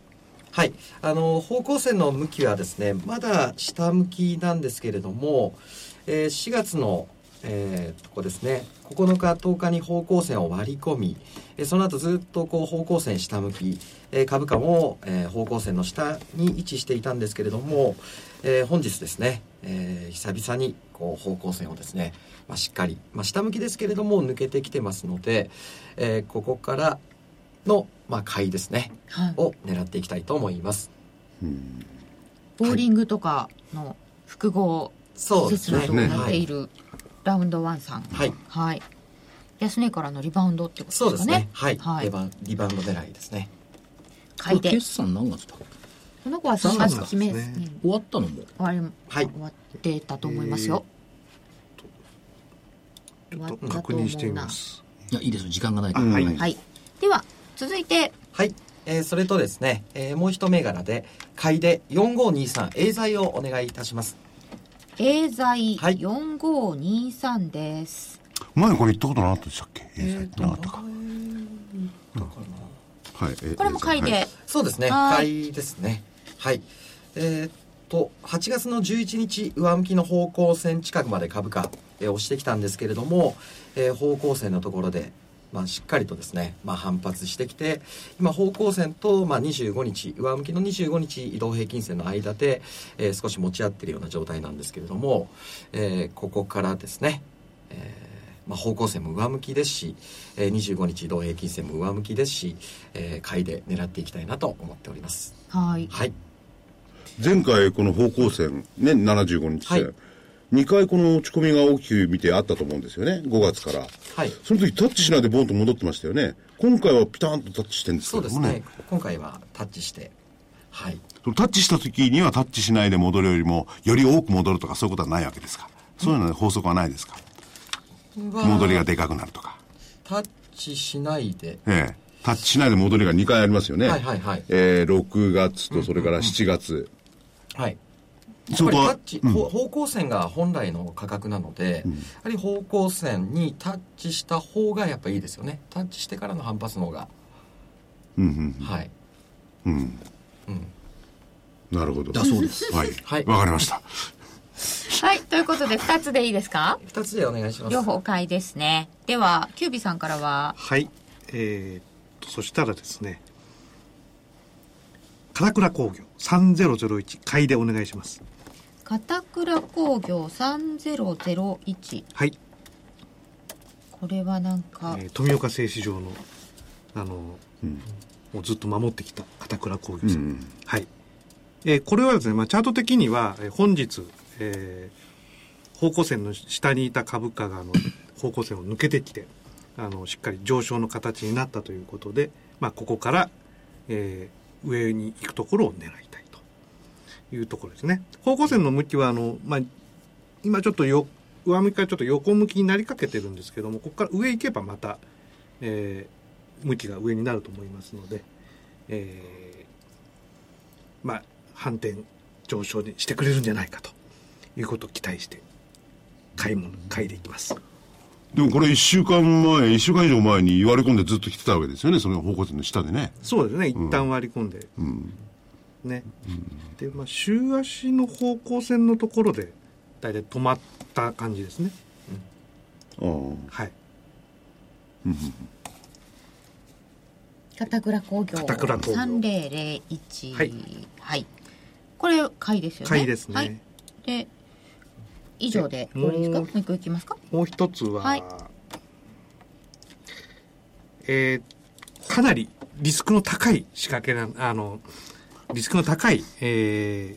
Speaker 6: はい。あの方向線の向きはですね、まだ下向きなんですけれども、えー4月のえーとこですね9日10日に方向線を割り込み、えーその後ずっとこう方向線下向き、えー株価も、えー方向線の下に位置していたんですけれども、えー本日ですね、えー久々にこう方向線をですね、まあ、しっかり、まあ、下向きですけれども抜けてきてますので、えーここからの、まあ、買いですね
Speaker 3: はい。
Speaker 6: を狙っていきたいと思います。
Speaker 4: うん
Speaker 3: ボーリングとかの複合
Speaker 6: そうで
Speaker 3: 施設
Speaker 6: す
Speaker 3: な
Speaker 6: ね。
Speaker 3: どになっ
Speaker 6: は
Speaker 3: てい
Speaker 6: い。
Speaker 3: るラウンドワンさん。
Speaker 6: はい。
Speaker 3: はい。安値からのリバウンドってこ
Speaker 6: そ
Speaker 3: とで
Speaker 6: うですす
Speaker 3: かね
Speaker 6: ね。。はい。
Speaker 3: は
Speaker 6: リ
Speaker 3: い。
Speaker 6: バリバウンド狙いですね。
Speaker 3: 買い
Speaker 2: これ
Speaker 3: で。
Speaker 2: 決算何月だ
Speaker 3: この子は3月決め
Speaker 5: そうなんですね
Speaker 3: うん
Speaker 2: 終わったのも。
Speaker 3: 終わりも、
Speaker 6: はい
Speaker 3: 終わってたと思いますよ。
Speaker 5: ち
Speaker 3: 終
Speaker 5: ょ
Speaker 3: わ
Speaker 5: っ
Speaker 3: ったと思
Speaker 5: と
Speaker 3: うな
Speaker 5: 確認してみます。
Speaker 2: いや、いいですよ時間がないか
Speaker 4: う
Speaker 2: ら。
Speaker 4: ん
Speaker 5: はい
Speaker 3: はい。では、続いて、
Speaker 6: はい。えーそれとですね、えーもう一銘柄で、買いで4523、エーザイをお願いいたします。
Speaker 3: エーザイ
Speaker 6: はい
Speaker 3: 4523です。
Speaker 4: 前これ行ったことなかったでしたっけえーなかったか。はい。え
Speaker 3: これも買い
Speaker 4: は
Speaker 3: で。
Speaker 6: そうですね、
Speaker 3: はい
Speaker 6: 買いですね。はい。えーっと、8月の11日、上向きの方向線近くまで株価、えー押してきたんですけれども、えー方向線のところで、まあ、しっかりとですね、まあ、反発してきて、今、方向線と、まあ、25日、上向きの25日移動平均線の間で、えー少し持ち合ってるような状態なんですけれども、えーここからですね、えーまあ、方向線も上向きですし、えー25日移動平均線も上向きですし、えー買いで狙っていきたいなと思っております。
Speaker 3: はい。
Speaker 6: はい、
Speaker 4: 前回この方向線ね75日線、
Speaker 6: はい
Speaker 4: 2回この落ち込みが大きく見てあったと思うんですよね5月から
Speaker 6: はい、
Speaker 4: その時タッチしないでボンと戻ってましたよね今回はピタンとタッチしてるんです
Speaker 6: そ
Speaker 4: け
Speaker 6: う
Speaker 4: ど
Speaker 6: です
Speaker 4: も
Speaker 6: ね
Speaker 4: ね
Speaker 6: 今回はタッチして、はい、
Speaker 4: そのタッチした時にはタッチしないで戻るよりもより多く戻るとかそういうことはないわけですかそういうのは法則はないですか戻りがでかくなるとか
Speaker 6: タッチしないで、
Speaker 4: ええタッチしないで戻りが2回ありますよね
Speaker 6: はいはいはい
Speaker 4: ええ6月とそれから7月、
Speaker 6: はい、や
Speaker 4: そ
Speaker 6: っ
Speaker 4: こ
Speaker 6: ぱりタ
Speaker 4: は
Speaker 6: ッチ、ほ方向線が本来の価格なので、やはり方向線にタッチした方がやっぱいいですよねタッチしてからの反発の方が、
Speaker 4: うんうん
Speaker 6: はい、
Speaker 4: うん
Speaker 6: うん、
Speaker 4: なるほど
Speaker 2: だそうです
Speaker 4: はい
Speaker 6: はい
Speaker 4: わかりました
Speaker 3: はい。ということで、2つでいいですか
Speaker 6: 2つでお願いします
Speaker 3: 両方買いですね。では、キュービさんからは、
Speaker 5: はい。えーっと、そしたらですね、片倉工業3001買いでお願いします。
Speaker 3: 片倉工業3001。
Speaker 5: はい。
Speaker 3: これはなんか、
Speaker 5: えー富岡製糸場の、あの、もうずっと守ってきた片倉工業さん。
Speaker 4: うん
Speaker 5: はい。えーこれはですね、まあ、チャート的には、えー本日、えー方向線の下にいた株価が、あの、 方向線を抜けてきて、あの、しっかり上昇の形になったということで、まあ、ここから、えー上に行くところを狙いたいというところですね。方向線の向きは、あの、まあ、今ちょっとよ、上向きからちょっと横向きになりかけてるんですけども、ここから上行けばまた、えー向きが上になると思いますので、えーまあ、反転上昇にしてくれるんじゃないかということを期待して買い物買いでいきます
Speaker 4: でもこれ一週間前、一週間以上前に割り込んでずっと来てたわけですよね、その方向線の下でね。
Speaker 5: そうですね一旦割り込んで、ね、でまあ週足の方向線のところで大体止まった感じですね
Speaker 4: ああ。
Speaker 5: はい
Speaker 3: 片倉工業
Speaker 5: 片倉工業
Speaker 3: 3001。
Speaker 5: はい
Speaker 3: はい。これ、買いですよね。
Speaker 5: 買いですね、
Speaker 3: はい。で、以上で、
Speaker 5: で
Speaker 3: これですか
Speaker 5: も
Speaker 3: も
Speaker 5: う
Speaker 3: う一個いきますか
Speaker 5: もう一つは、
Speaker 3: はい
Speaker 5: えーかなりリスクの高い仕掛けな、あの、リスクの高い、え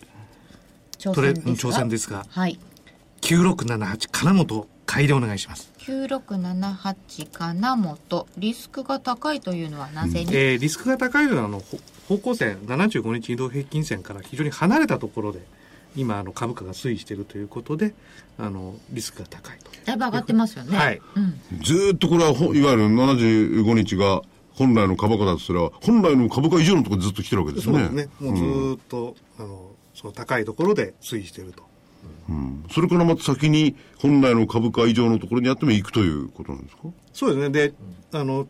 Speaker 5: ー、トレ挑戦ですが、
Speaker 3: はい。
Speaker 5: 9678金本買いでお願いします。
Speaker 3: 9678金本。リスクが高いというのはなぜに、
Speaker 5: えーリスクが高いのはあのほ方向線75日移動平均線から非常に離れたところで今あの株価が推移しているということであのリスクが高いと。
Speaker 3: だいぶ上がってますよね。
Speaker 5: はい
Speaker 3: うん。
Speaker 4: ずーっとこれはほ、いわゆる75日が本来の株価だとすれば、本来の株価以上のところずっと来てるわけです
Speaker 5: そう
Speaker 4: ね。
Speaker 5: ですね。もうずーっと、あのその高いところで推移していると。
Speaker 4: それからまた先に本来の株価以上のところにあっても行くということなんですか
Speaker 5: そうですね。で、あの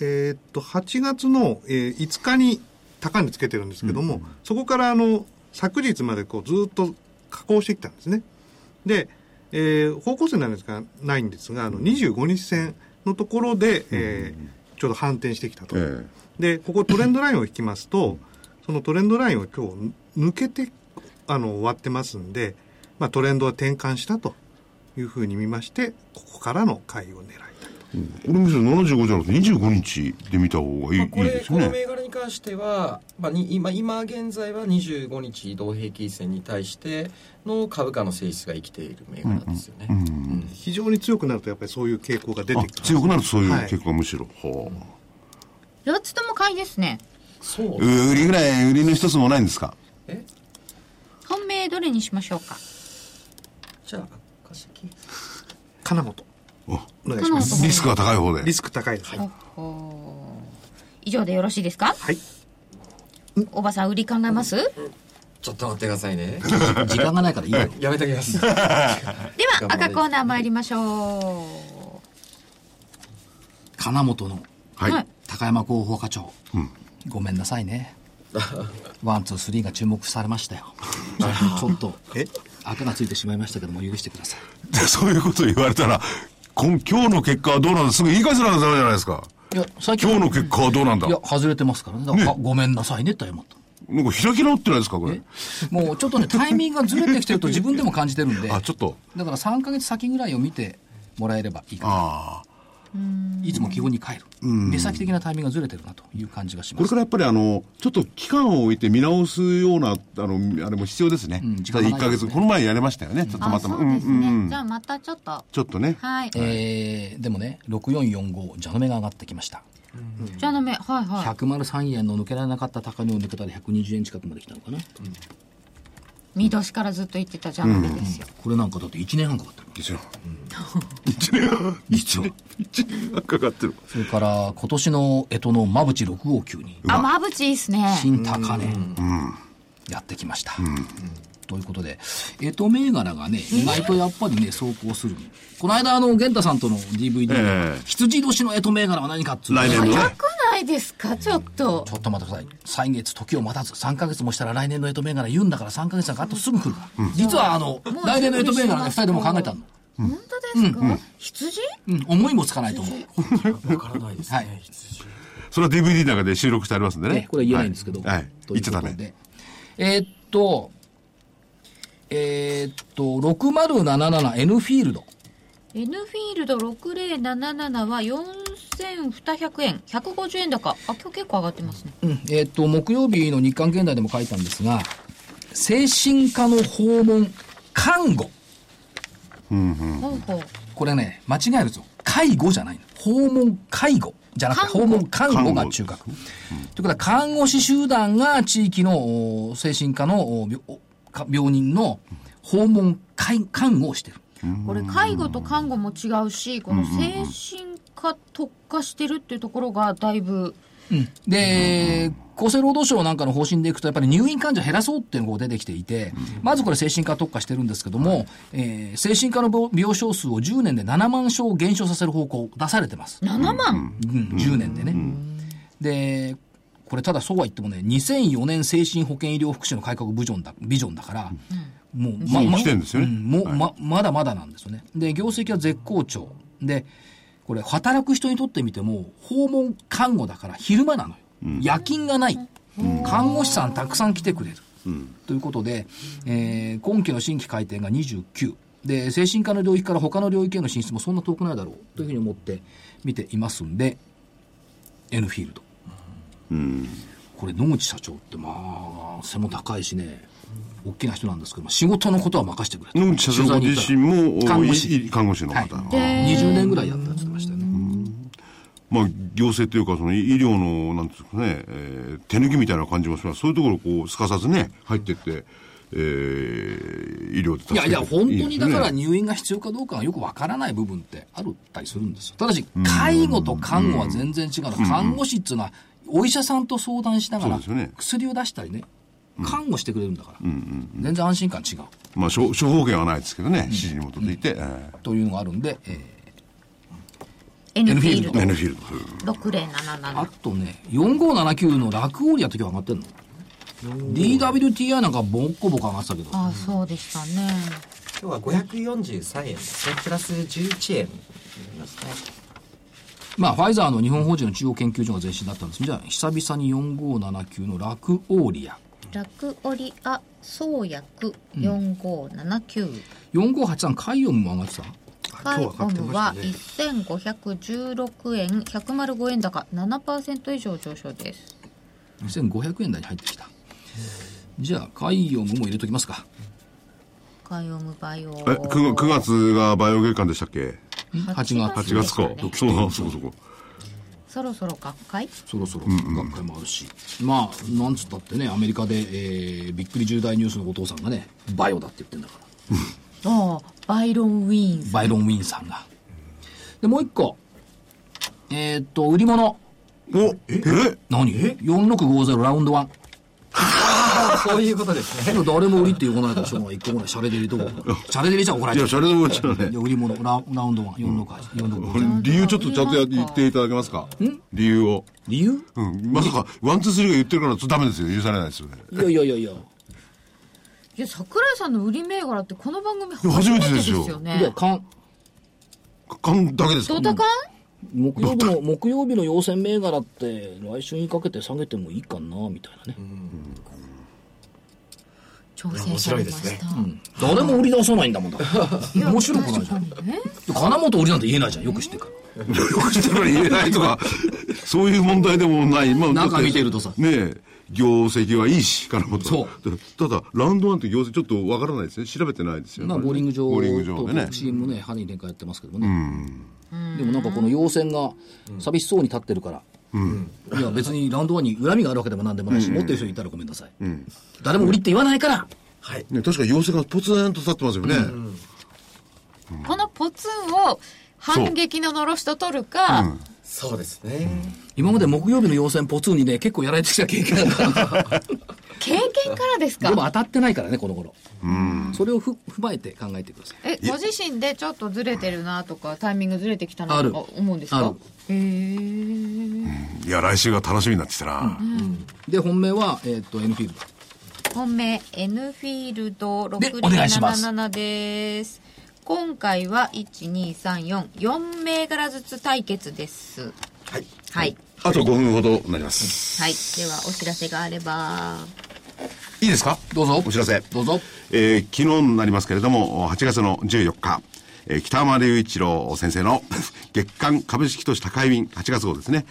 Speaker 5: えーっと8月の、えー5日に高値つけてるんですけども、そこからあの昨日までこうずーっと下降してきたんですね。で、えー方向線なんですがないんですが、あの25日線のところで、えーちょうど反転してきたと。
Speaker 4: え
Speaker 5: で、ここトレンドラインを引きます と、そのトレンドラインを今日抜けて、あの、終わってますんで、まあトレンドは転換したというふうに見まして、ここからの買いを狙いたい。
Speaker 4: え。これむしろ75じゃなくて25日で見た方がいい,、
Speaker 6: まあ、こ
Speaker 4: いい
Speaker 6: れ
Speaker 4: です
Speaker 6: この
Speaker 4: ね。
Speaker 6: 銘柄に関しては、まあ、に今今現在は25日移動平均線に対しての株価の性質が生きている銘柄ですよね、うん
Speaker 5: 非常に強くなるとやっぱりそういう傾向が出
Speaker 4: あ
Speaker 5: てきます
Speaker 4: 強くなるとそういう
Speaker 5: はい
Speaker 4: 結果がむしろ。はあ
Speaker 3: 4つとも買いですね。
Speaker 6: そう
Speaker 4: うー売りぐらい、売りの一つもないんですか
Speaker 6: え
Speaker 3: 本命どれにしましょうか。
Speaker 6: じゃあ赤色
Speaker 5: 金本。
Speaker 4: あ
Speaker 5: お願いしま
Speaker 3: 金
Speaker 5: す。
Speaker 4: リスクが高い方で。
Speaker 5: リスク高いです。はい。
Speaker 3: ほう以上でよろしいですか
Speaker 5: はい。
Speaker 3: おばさん売り考えます
Speaker 6: ちょっと待ってくださいね
Speaker 2: 時間がないからいいよ。
Speaker 6: やめときます
Speaker 3: では赤コーナー参りましょ
Speaker 2: 金本の
Speaker 4: はい。
Speaker 3: はい
Speaker 2: 高山広報課長、ごめんなさいねワンツースリーが注目されましたよちょっと
Speaker 5: え
Speaker 2: 赤がついてしまいましたけども許してください
Speaker 4: でそういうこと言われたら、今今日の結果はどうなんだすぐ言い返せなきゃダメじゃないですか。
Speaker 2: いや最
Speaker 4: 今日の結果はどうなんだ
Speaker 2: いや外れてますからねだからあごめんなさいねって謝った
Speaker 4: なんか開き直ってないですか、これ。
Speaker 2: もうちょっとねタイミングがずれてきてると自分でも感じてるんで
Speaker 4: あ、ちょっと。
Speaker 2: だから3か月先ぐらいを見てもらえればいいかな
Speaker 4: ああ。
Speaker 2: いつも基本に帰る目先的なタイミングがずれてるなという感じがし
Speaker 4: こ
Speaker 2: ま
Speaker 4: れ
Speaker 2: す
Speaker 4: からやっぱりあの、ちょっと期間を置いて見直すような、あの、あれも必要ですね。
Speaker 2: うん時間が
Speaker 4: 1
Speaker 2: ない
Speaker 4: ヶ
Speaker 2: ですね
Speaker 4: 月、この前やれましたよね。ちょっ
Speaker 3: う
Speaker 4: と
Speaker 3: あ
Speaker 4: また
Speaker 3: そ
Speaker 4: ま、
Speaker 3: うですね、
Speaker 4: うんうん
Speaker 3: じゃあまたちょっと
Speaker 4: ちょっとね。
Speaker 3: はい、
Speaker 2: えーでもね6445蛇の目が上がってきました
Speaker 3: じゃあのめはいは
Speaker 2: 103円の抜けられなかった高値を抜けたら120円近くまで来たのかな、
Speaker 3: い見出しからずっと言ってたじゃんめですよ、
Speaker 2: これなんかだって1年半かかってる
Speaker 4: 一応。一年半、
Speaker 2: 一応
Speaker 4: 一年半かかってる。
Speaker 2: それから今年の干支の真淵659に
Speaker 3: あまぶちいいっすね
Speaker 2: 新高値やってきました、ということで干支銘柄がね意外とやっぱりね走行するのこの間あの源太さんとの DVD で、
Speaker 4: ええ
Speaker 2: 羊年の干支銘柄は何かっつうと
Speaker 4: 来年のね
Speaker 3: 高くないですかちょっと
Speaker 2: ちょっと待ってください。歳月、時を待たず、3ヶ月もしたら来年のエト銘柄言うんだから3ヶ月なんかあとすぐ来るから。実はあの、
Speaker 3: もう
Speaker 2: 来年のエト銘柄ね、2
Speaker 3: 準備してます
Speaker 2: 人でも考えたの。
Speaker 3: 本当ですか、羊
Speaker 2: うん、思いもつかないと思う。
Speaker 6: わからないですね、
Speaker 2: はい
Speaker 6: 羊
Speaker 4: それは DVD の中で収録してありますんでね。
Speaker 2: ね、これは言えないんですけど。
Speaker 4: はい。はい
Speaker 2: とい
Speaker 4: 言っ
Speaker 2: う
Speaker 4: ち
Speaker 2: こ
Speaker 4: ゃ
Speaker 2: と
Speaker 4: ダ
Speaker 2: で
Speaker 4: メ。
Speaker 2: えーっと、えーっと、6077N フィールド。
Speaker 3: N フィールド6077は4200円150円高あ今日結構上がってますね
Speaker 2: うん、えーっと、木曜日の日刊現代でも書いたんですが、精神科の訪問、看護。
Speaker 3: ほうほう
Speaker 2: これね、間違えるんですよ。介護じゃないの。訪問介護じゃなくて、
Speaker 3: 看護
Speaker 2: 訪問看護が中核。ということは、看護師集団が地域のお精神科のお病おか病人の訪問介看護をしてる。
Speaker 3: これ介護と看護も違うしこの精神科特化してるっていうところがだいぶ
Speaker 2: で、厚生労働省なんかの方針でいくと、やっぱり入院患者減らそうっていうのが出てきていて、まずこれ精神科特化してるんですけども、えー精神科の病病床数を10年で7万床を減少させる方向出されてます。
Speaker 3: 7万、
Speaker 2: うん、10年でね。で、これただそうは言ってもね、2004年精神保健医療福祉の改革ビジョンだビジョンだから、もう、ま
Speaker 4: もう
Speaker 2: ま
Speaker 4: 来てんですよね
Speaker 2: うもう、ま、まだまだなんですよね。で、業績は絶好調。で、これ、働く人にとってみても、訪問看護だから昼間なのよ。夜勤がない。看護師さんたくさん来てくれる。ということで、えー今期の新規改定が29。で、精神科の領域から他の領域への進出もそんな遠くないだろうというふうに思って見ていますんで、エヌフィールド。これ野口社長ってまあ、背も高いしね、大きな人なんですけども、仕事のことは任せてくれと
Speaker 4: 野口社長ご
Speaker 2: 取材に行ったら
Speaker 4: 自身も
Speaker 2: 看護
Speaker 4: いい
Speaker 2: 師。
Speaker 4: 看護師の
Speaker 2: はい
Speaker 4: 方、
Speaker 2: 20年ぐらいやったって言ってましたよね。
Speaker 4: まあ、行政というかその医療のなんていうんですかね、えー手抜きみたいな感じもしますそういうところをこうすかさずね入ってって、えー医療で助
Speaker 2: い
Speaker 4: け
Speaker 2: や
Speaker 4: て
Speaker 2: いや、本当
Speaker 4: いい
Speaker 2: に
Speaker 4: です
Speaker 2: だ
Speaker 4: ね
Speaker 2: から入院が必要かどうかがよくわからない部分ってあるったりするんですよ。ただし、介護と看護は全然違うの。看護師っていうのは、お医者さんと相談しなが
Speaker 4: そう
Speaker 2: ら
Speaker 4: ですよね、
Speaker 2: 薬を出したりね、看護してくれるんだから、全然安心感違う。
Speaker 4: まあ、処処方権はないですけどね、指示に基づいて、えー
Speaker 2: というのがあるんで、えー
Speaker 3: N
Speaker 2: フ
Speaker 3: フ
Speaker 2: ィ
Speaker 3: ィ
Speaker 2: ールド
Speaker 3: ールド
Speaker 4: エネフィールドという
Speaker 3: 6077
Speaker 2: あとね、4579の楽オリアって今日上がってんの ?DWTI なんかボッコボコ上がってたけど。
Speaker 3: あそうでしたね
Speaker 6: 今日は543円ですねプラス11円になりますね
Speaker 2: まあ、ファイザーの日本法人の中央研究所が前身だったんですじゃあ、久々に4579の楽オリア。
Speaker 3: 楽折あ創薬4579、
Speaker 2: 4583海洋も上がってた
Speaker 3: カイコムは1516円105円高7%以上上昇です
Speaker 2: 2500円台に入ってきたじゃあ海洋も入れときますか
Speaker 3: カイオムバイオ
Speaker 4: え 9, 月がバイオ月間でしたっけ
Speaker 2: 8月
Speaker 4: 8月か、そうそうそうそう
Speaker 3: そろそろ学会
Speaker 2: そろそろ学会もあるし、まあなんつったってねアメリカで、えーびっくり重大ニュースのお父さんがねバイオだって言ってんだから
Speaker 3: ああバイロン・ウィーンズ
Speaker 2: バイロン・ウィンさんがでもう一個えーっと売り物
Speaker 4: おえ
Speaker 2: 何4650ラウンド1
Speaker 6: あそういうことですね
Speaker 2: 今誰も売りって言わないからしょうがない1個ぐらいシャレで入れとこ うシャレで入れちゃ怒られちゃ
Speaker 4: いや
Speaker 2: う
Speaker 4: シャレのうちのね
Speaker 2: じゃあ売り物ララウンド14650
Speaker 4: これ理由ちょっとちゃんとや言っていただけますか 理由を
Speaker 2: 理由
Speaker 4: うんまさかワンツースリーが言ってるからちょっとダメですよ許されないですよね
Speaker 2: いやいやいやいや
Speaker 7: いや桜井さんの売り銘柄ってこの番組
Speaker 4: や
Speaker 7: 初めてです
Speaker 4: 初めてですよ
Speaker 7: よね
Speaker 2: いやかん
Speaker 4: 缶だけですか
Speaker 7: ドタカン
Speaker 2: 木曜日の、木曜日の要選銘柄って、来週にかけて下げてもいいかな、みたいなね。
Speaker 7: 挑戦されました
Speaker 2: 誰も売り出さないんだもんだから。面白くないじゃん。
Speaker 7: ね
Speaker 2: 金本売りなんて言えないじゃん、よく知ってるから。
Speaker 4: よくしてるから言えない とか、そういう問題でもない。まあ
Speaker 2: 中
Speaker 4: だって
Speaker 2: 見てるとさ
Speaker 4: ねえ、業績はいいし、からも
Speaker 2: そう
Speaker 4: ただ、ラウンドワンって業績ちょっとわからないですね。調べてないですよね。
Speaker 2: まあ、ボーリング場
Speaker 4: ボーリング場
Speaker 2: と
Speaker 4: でね
Speaker 2: ボク。シングもね、ハニー展開やってますけどもね。でもなんかこの要線が寂しそうに立ってるから。いや別にラウンドワンに恨みがあるわけでもなんでもないし、持ってる人いたらごめんなさい。誰も売りって言わないから、
Speaker 6: はい
Speaker 4: ね、確か業績がポツンと立ってますよね。
Speaker 7: このポツンを反撃ののろしと取るか、
Speaker 6: そうですね、
Speaker 2: 今まで木曜日の要線ポツンにね、結構やられてきた経験があるから。
Speaker 7: 経験からです
Speaker 2: でも
Speaker 7: か
Speaker 2: 当たってないからね、この頃。それをふ踏まえて考えてください。
Speaker 7: えご自身でちょっとずれてるなとかタイミングずれてきたな
Speaker 2: ある
Speaker 7: とか思うんですか
Speaker 2: ある
Speaker 7: へえ
Speaker 4: いや、来週が楽しみになってきたな。
Speaker 2: で、本命は、えーっと、N フィールド。
Speaker 3: 本命 N フィールド
Speaker 2: でお願いします
Speaker 3: 6077です今回は12344銘柄ずつ対決です
Speaker 6: はい
Speaker 3: はい
Speaker 4: あと5分ほどになります。
Speaker 3: はいではお知らせがあれば
Speaker 4: いいですか
Speaker 2: どうぞ。
Speaker 4: お知らせ。
Speaker 2: どうぞ。
Speaker 4: えー昨日になりますけれども、8月の14日、えー北山隆一郎先生の 月間株式投資高い便8月号ですね。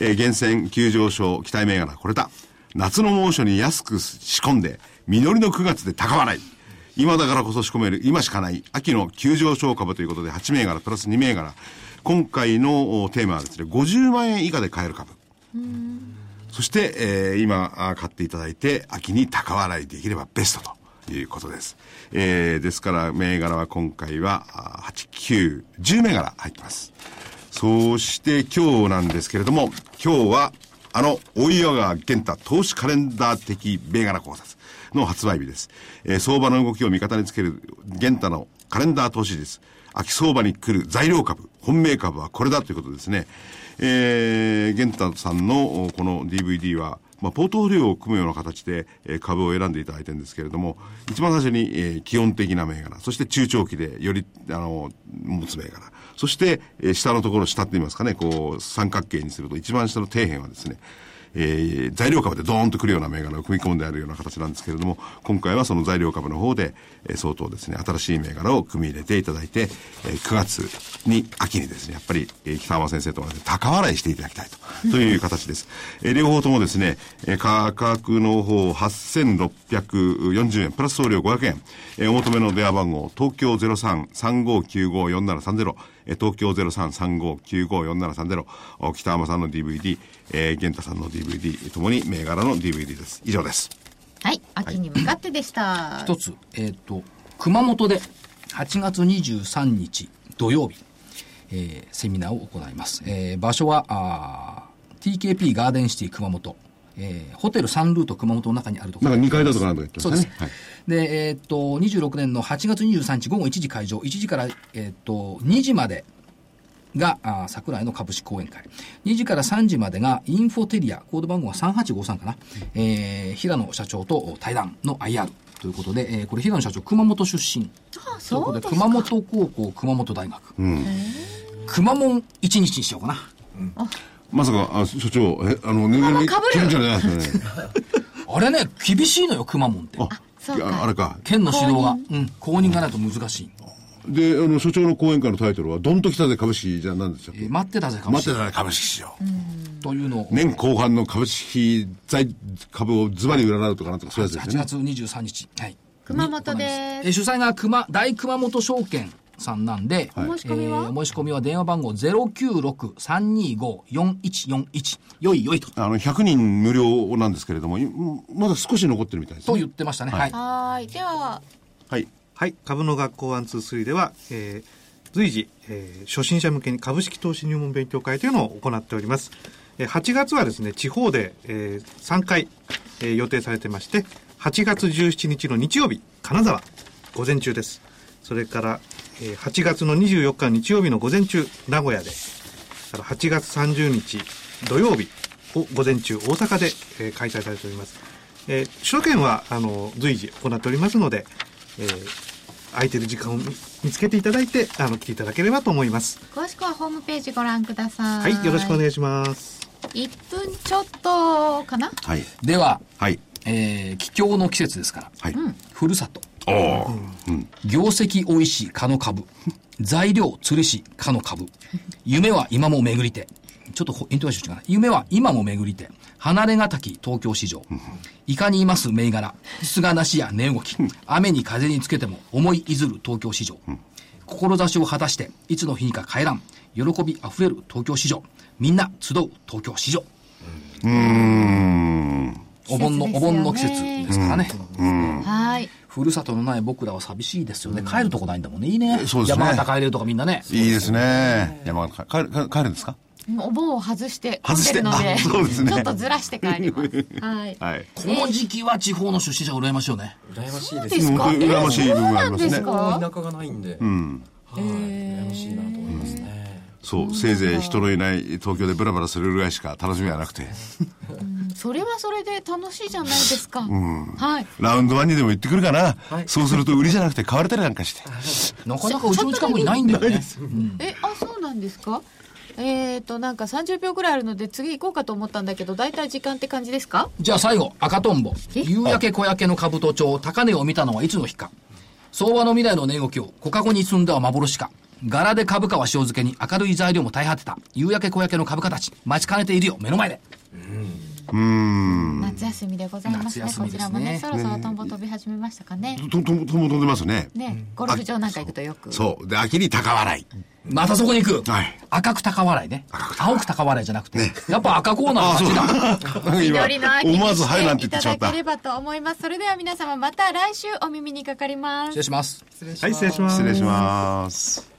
Speaker 4: えー厳選急上昇期待銘柄これだ。夏の猛暑に安く仕込んで、実りの9月で高笑い。今だからこそ仕込める今しかない秋の急上昇株ということで8銘柄プラス2銘柄。今回のおテーマはですね、50万円以下で買える株。そして、えー今あ買っていただいて、秋に高笑いできればベストということです。えーですから、銘柄は今回は、あ8、9、10銘柄入ってます。そして今日なんですけれども、今日は、あの、大岩川源太投資カレンダー的銘柄考察の発売日です。えー相場の動きを味方につける源太のカレンダー投資術。秋相場に来る材料株、本命株はこれだということですね。えー、源太さんのおこの DVD は、まあ、ポートフォリオを組むような形で、えー株を選んでいただいてるんですけれども、一番最初に、えー基本的な銘柄、そして中長期でより、あの、持つ銘柄、そして、えー下のところ、下って言いますかね、こう、三角形にすると、一番下の底辺はですね、えー材料株でドーンとくるような銘柄を組み込んであるような形なんですけれども、今回はその材料株の方で、えー相当ですね、新しい銘柄を組み入れていただいて、えー9月に、秋にですね、やっぱり、えー北浜先生と同じで高笑いしていただきたいと、という形です。えー両方ともですね、えー価格の方8640円、プラス送料500円、えーお求めの電話番号、東京03-3595-4730、えー東京03-3595-4730、お北浜さんの DVD、えー、玄太さんの DVD、ともに銘柄の DVD です。以上です。
Speaker 7: はい、秋に向かってでした。
Speaker 2: 一つ、えっ、と、熊本で8月23日土曜日、えーセミナーを行います。えー場所は、あー TKP ガーデンシティ熊本、えーホテルサンルート熊本の中にあるとこ
Speaker 4: な
Speaker 2: ろ
Speaker 4: んか2階だとかなんとか言って
Speaker 2: そう
Speaker 4: ま
Speaker 2: で
Speaker 4: し
Speaker 2: す
Speaker 4: たね。はい。
Speaker 2: で、えーっと、26年の8月23日午後1時会場、1時から、えーっと、2時までが、あー桜井の株式講演会。2時から3時までが、インフォテリア、コード番号は3853かな。えー、平野社長と対談の IR ということで、えーこれ平野社長、熊本出身。ということで、熊本高校、熊本大学。熊本一日にしようかな。
Speaker 4: まさか、あ所長、え、あの、ぬいぐるみ、
Speaker 7: かぶる
Speaker 4: 着るんじゃないですよね。
Speaker 2: あれね、厳しいのよ、熊本って。
Speaker 7: そうか
Speaker 4: いやあれか。
Speaker 2: 県の指導が、うん、公認がないと難しい。
Speaker 4: で、あの、所長の講演会のタイトルは、どんと来たぜ株式じゃなんでしたっ
Speaker 2: え
Speaker 4: け
Speaker 2: ー待ってたぜ、株
Speaker 4: 待
Speaker 2: 式
Speaker 4: ってたね、株式市場。
Speaker 2: というのを。
Speaker 4: 年後半の株式財株をズバリ占うとかなんとかそういうやつです
Speaker 2: 8
Speaker 4: よね。
Speaker 2: 月23日。はい。
Speaker 7: 熊本で
Speaker 2: えー主催が熊、大熊本証券さんなんで、
Speaker 4: はいお
Speaker 7: 申し込みは
Speaker 2: えーお申し込みは電話番号096-325-4141。よいよいと。
Speaker 4: あの、100人無料なんですけれども、いまだ少し残ってるみたいです
Speaker 2: と
Speaker 4: ね。
Speaker 2: 言ってましたね。はい。
Speaker 7: はーい、では、
Speaker 4: はい。
Speaker 5: はい、株の学校123では、えー随時、えー初心者向けに株式投資入門勉強会というのを行っております。えー8月はですね、地方で、え3回、えー予定されてまして、8月17日の日曜日、金沢、午前中です。それから、えー8月の24日日曜日の午前中、名古屋で、から8月30日土曜日を午前中大阪で、えー開催されております、えー首都圏はあの随時行っておりますので、えー空いてる時間を見見つけていただいてあの来ていただければと思います
Speaker 7: 詳しくはホームページご覧くださ。
Speaker 5: はいいよろしくお
Speaker 7: い
Speaker 5: 願いします
Speaker 7: 1分ちょっとかな
Speaker 4: はい。
Speaker 2: では、
Speaker 4: はい。
Speaker 2: えー、気境の季節ですから、
Speaker 4: はい。
Speaker 2: ふるさと、
Speaker 4: おおー。
Speaker 2: 業績おいしい蚊の株、材料釣りし蚊の株、夢は今も巡りて、ちょっとほイントネーション違うな。夢は今も巡りて、離れがたき東京市場。いかにいます銘柄、すがなしや値動き、雨に風につけても思いいずる東京市場。志を果たして、いつの日にか帰らん、喜びあふれる東京市場。みんな集う東京市場。
Speaker 4: うーん。
Speaker 2: お盆の、
Speaker 7: 季節ですよね
Speaker 2: お盆の季節ですからね。
Speaker 7: はい。
Speaker 2: ふるさとのない僕らは寂しいですよね。帰るとこないんだもんね。いいね。
Speaker 4: そうですね
Speaker 2: 山形帰れるとかみんなね。
Speaker 4: いいですね。山形、帰る、帰る帰るんですか
Speaker 7: お盆を外して
Speaker 4: 外して
Speaker 7: 混んでる
Speaker 4: あ
Speaker 7: の
Speaker 4: そうですね
Speaker 7: ちょっとずらして帰ります。はい。
Speaker 4: はい。
Speaker 2: この時期は地方の出身者羨ましいよね。
Speaker 6: 羨ましいです
Speaker 7: ですか
Speaker 4: 本当に羨ましい部分があります
Speaker 7: えそ
Speaker 4: ね
Speaker 7: うなんです。
Speaker 6: あ
Speaker 7: か
Speaker 6: んまり田舎がないんで、
Speaker 4: うん。
Speaker 6: はい、羨ましいなと思いますね、
Speaker 4: そう、せいぜい人のいない東京でブラブラするぐらいしか楽しみはなくて。
Speaker 7: それはそれで楽しいじゃないですか。はい。
Speaker 4: ラウンドワンにでも行ってくるかな、
Speaker 6: はい
Speaker 4: そうすると売りじゃなくて買われたりなんかして。
Speaker 2: なかなかうちの近くにないんだよね。
Speaker 7: え、あ、そうなんですかえっ、と、なんか30秒ぐらいあるので次行こうかと思ったんだけど、だいたい時間って感じですか
Speaker 2: じゃあ最後、赤とんぼ。夕焼け小焼けの兜町、高値を見たのはいつの日か。相場の未来の値動きを、小カゴに積んだは幻か。柄で株価は塩漬けに明るい材料も大果てた。夕焼け小焼けの株価たち、待ちかねているよ、目の前で。
Speaker 4: うーん。
Speaker 7: 夏休みでございますね。
Speaker 2: 夏休
Speaker 7: こ
Speaker 2: み
Speaker 7: ち
Speaker 2: ですね
Speaker 7: らもね、そろそろトンボ飛び始めましたかね。
Speaker 4: と、と、とも飛んでますね。
Speaker 7: ね、ゴルフ場なんか行くとよく。
Speaker 4: そう。で、秋に高笑い。
Speaker 2: またそこに行く。
Speaker 4: はい
Speaker 2: 赤く高笑いね。青く高笑いじゃなくて。やっぱ赤コーナー
Speaker 4: あ
Speaker 2: は
Speaker 4: あ、そう
Speaker 2: 勝ちだ。
Speaker 4: だ。
Speaker 7: 緑の秋に
Speaker 4: 思わず、はい、なん
Speaker 7: して
Speaker 4: て
Speaker 7: い
Speaker 4: 言
Speaker 7: た
Speaker 4: ってしま
Speaker 7: だ
Speaker 4: った
Speaker 7: け。ればと思います。それでは皆様また来週お耳にかかります
Speaker 2: 失礼。します。
Speaker 6: 失礼します
Speaker 5: はい失礼します
Speaker 4: 失礼します。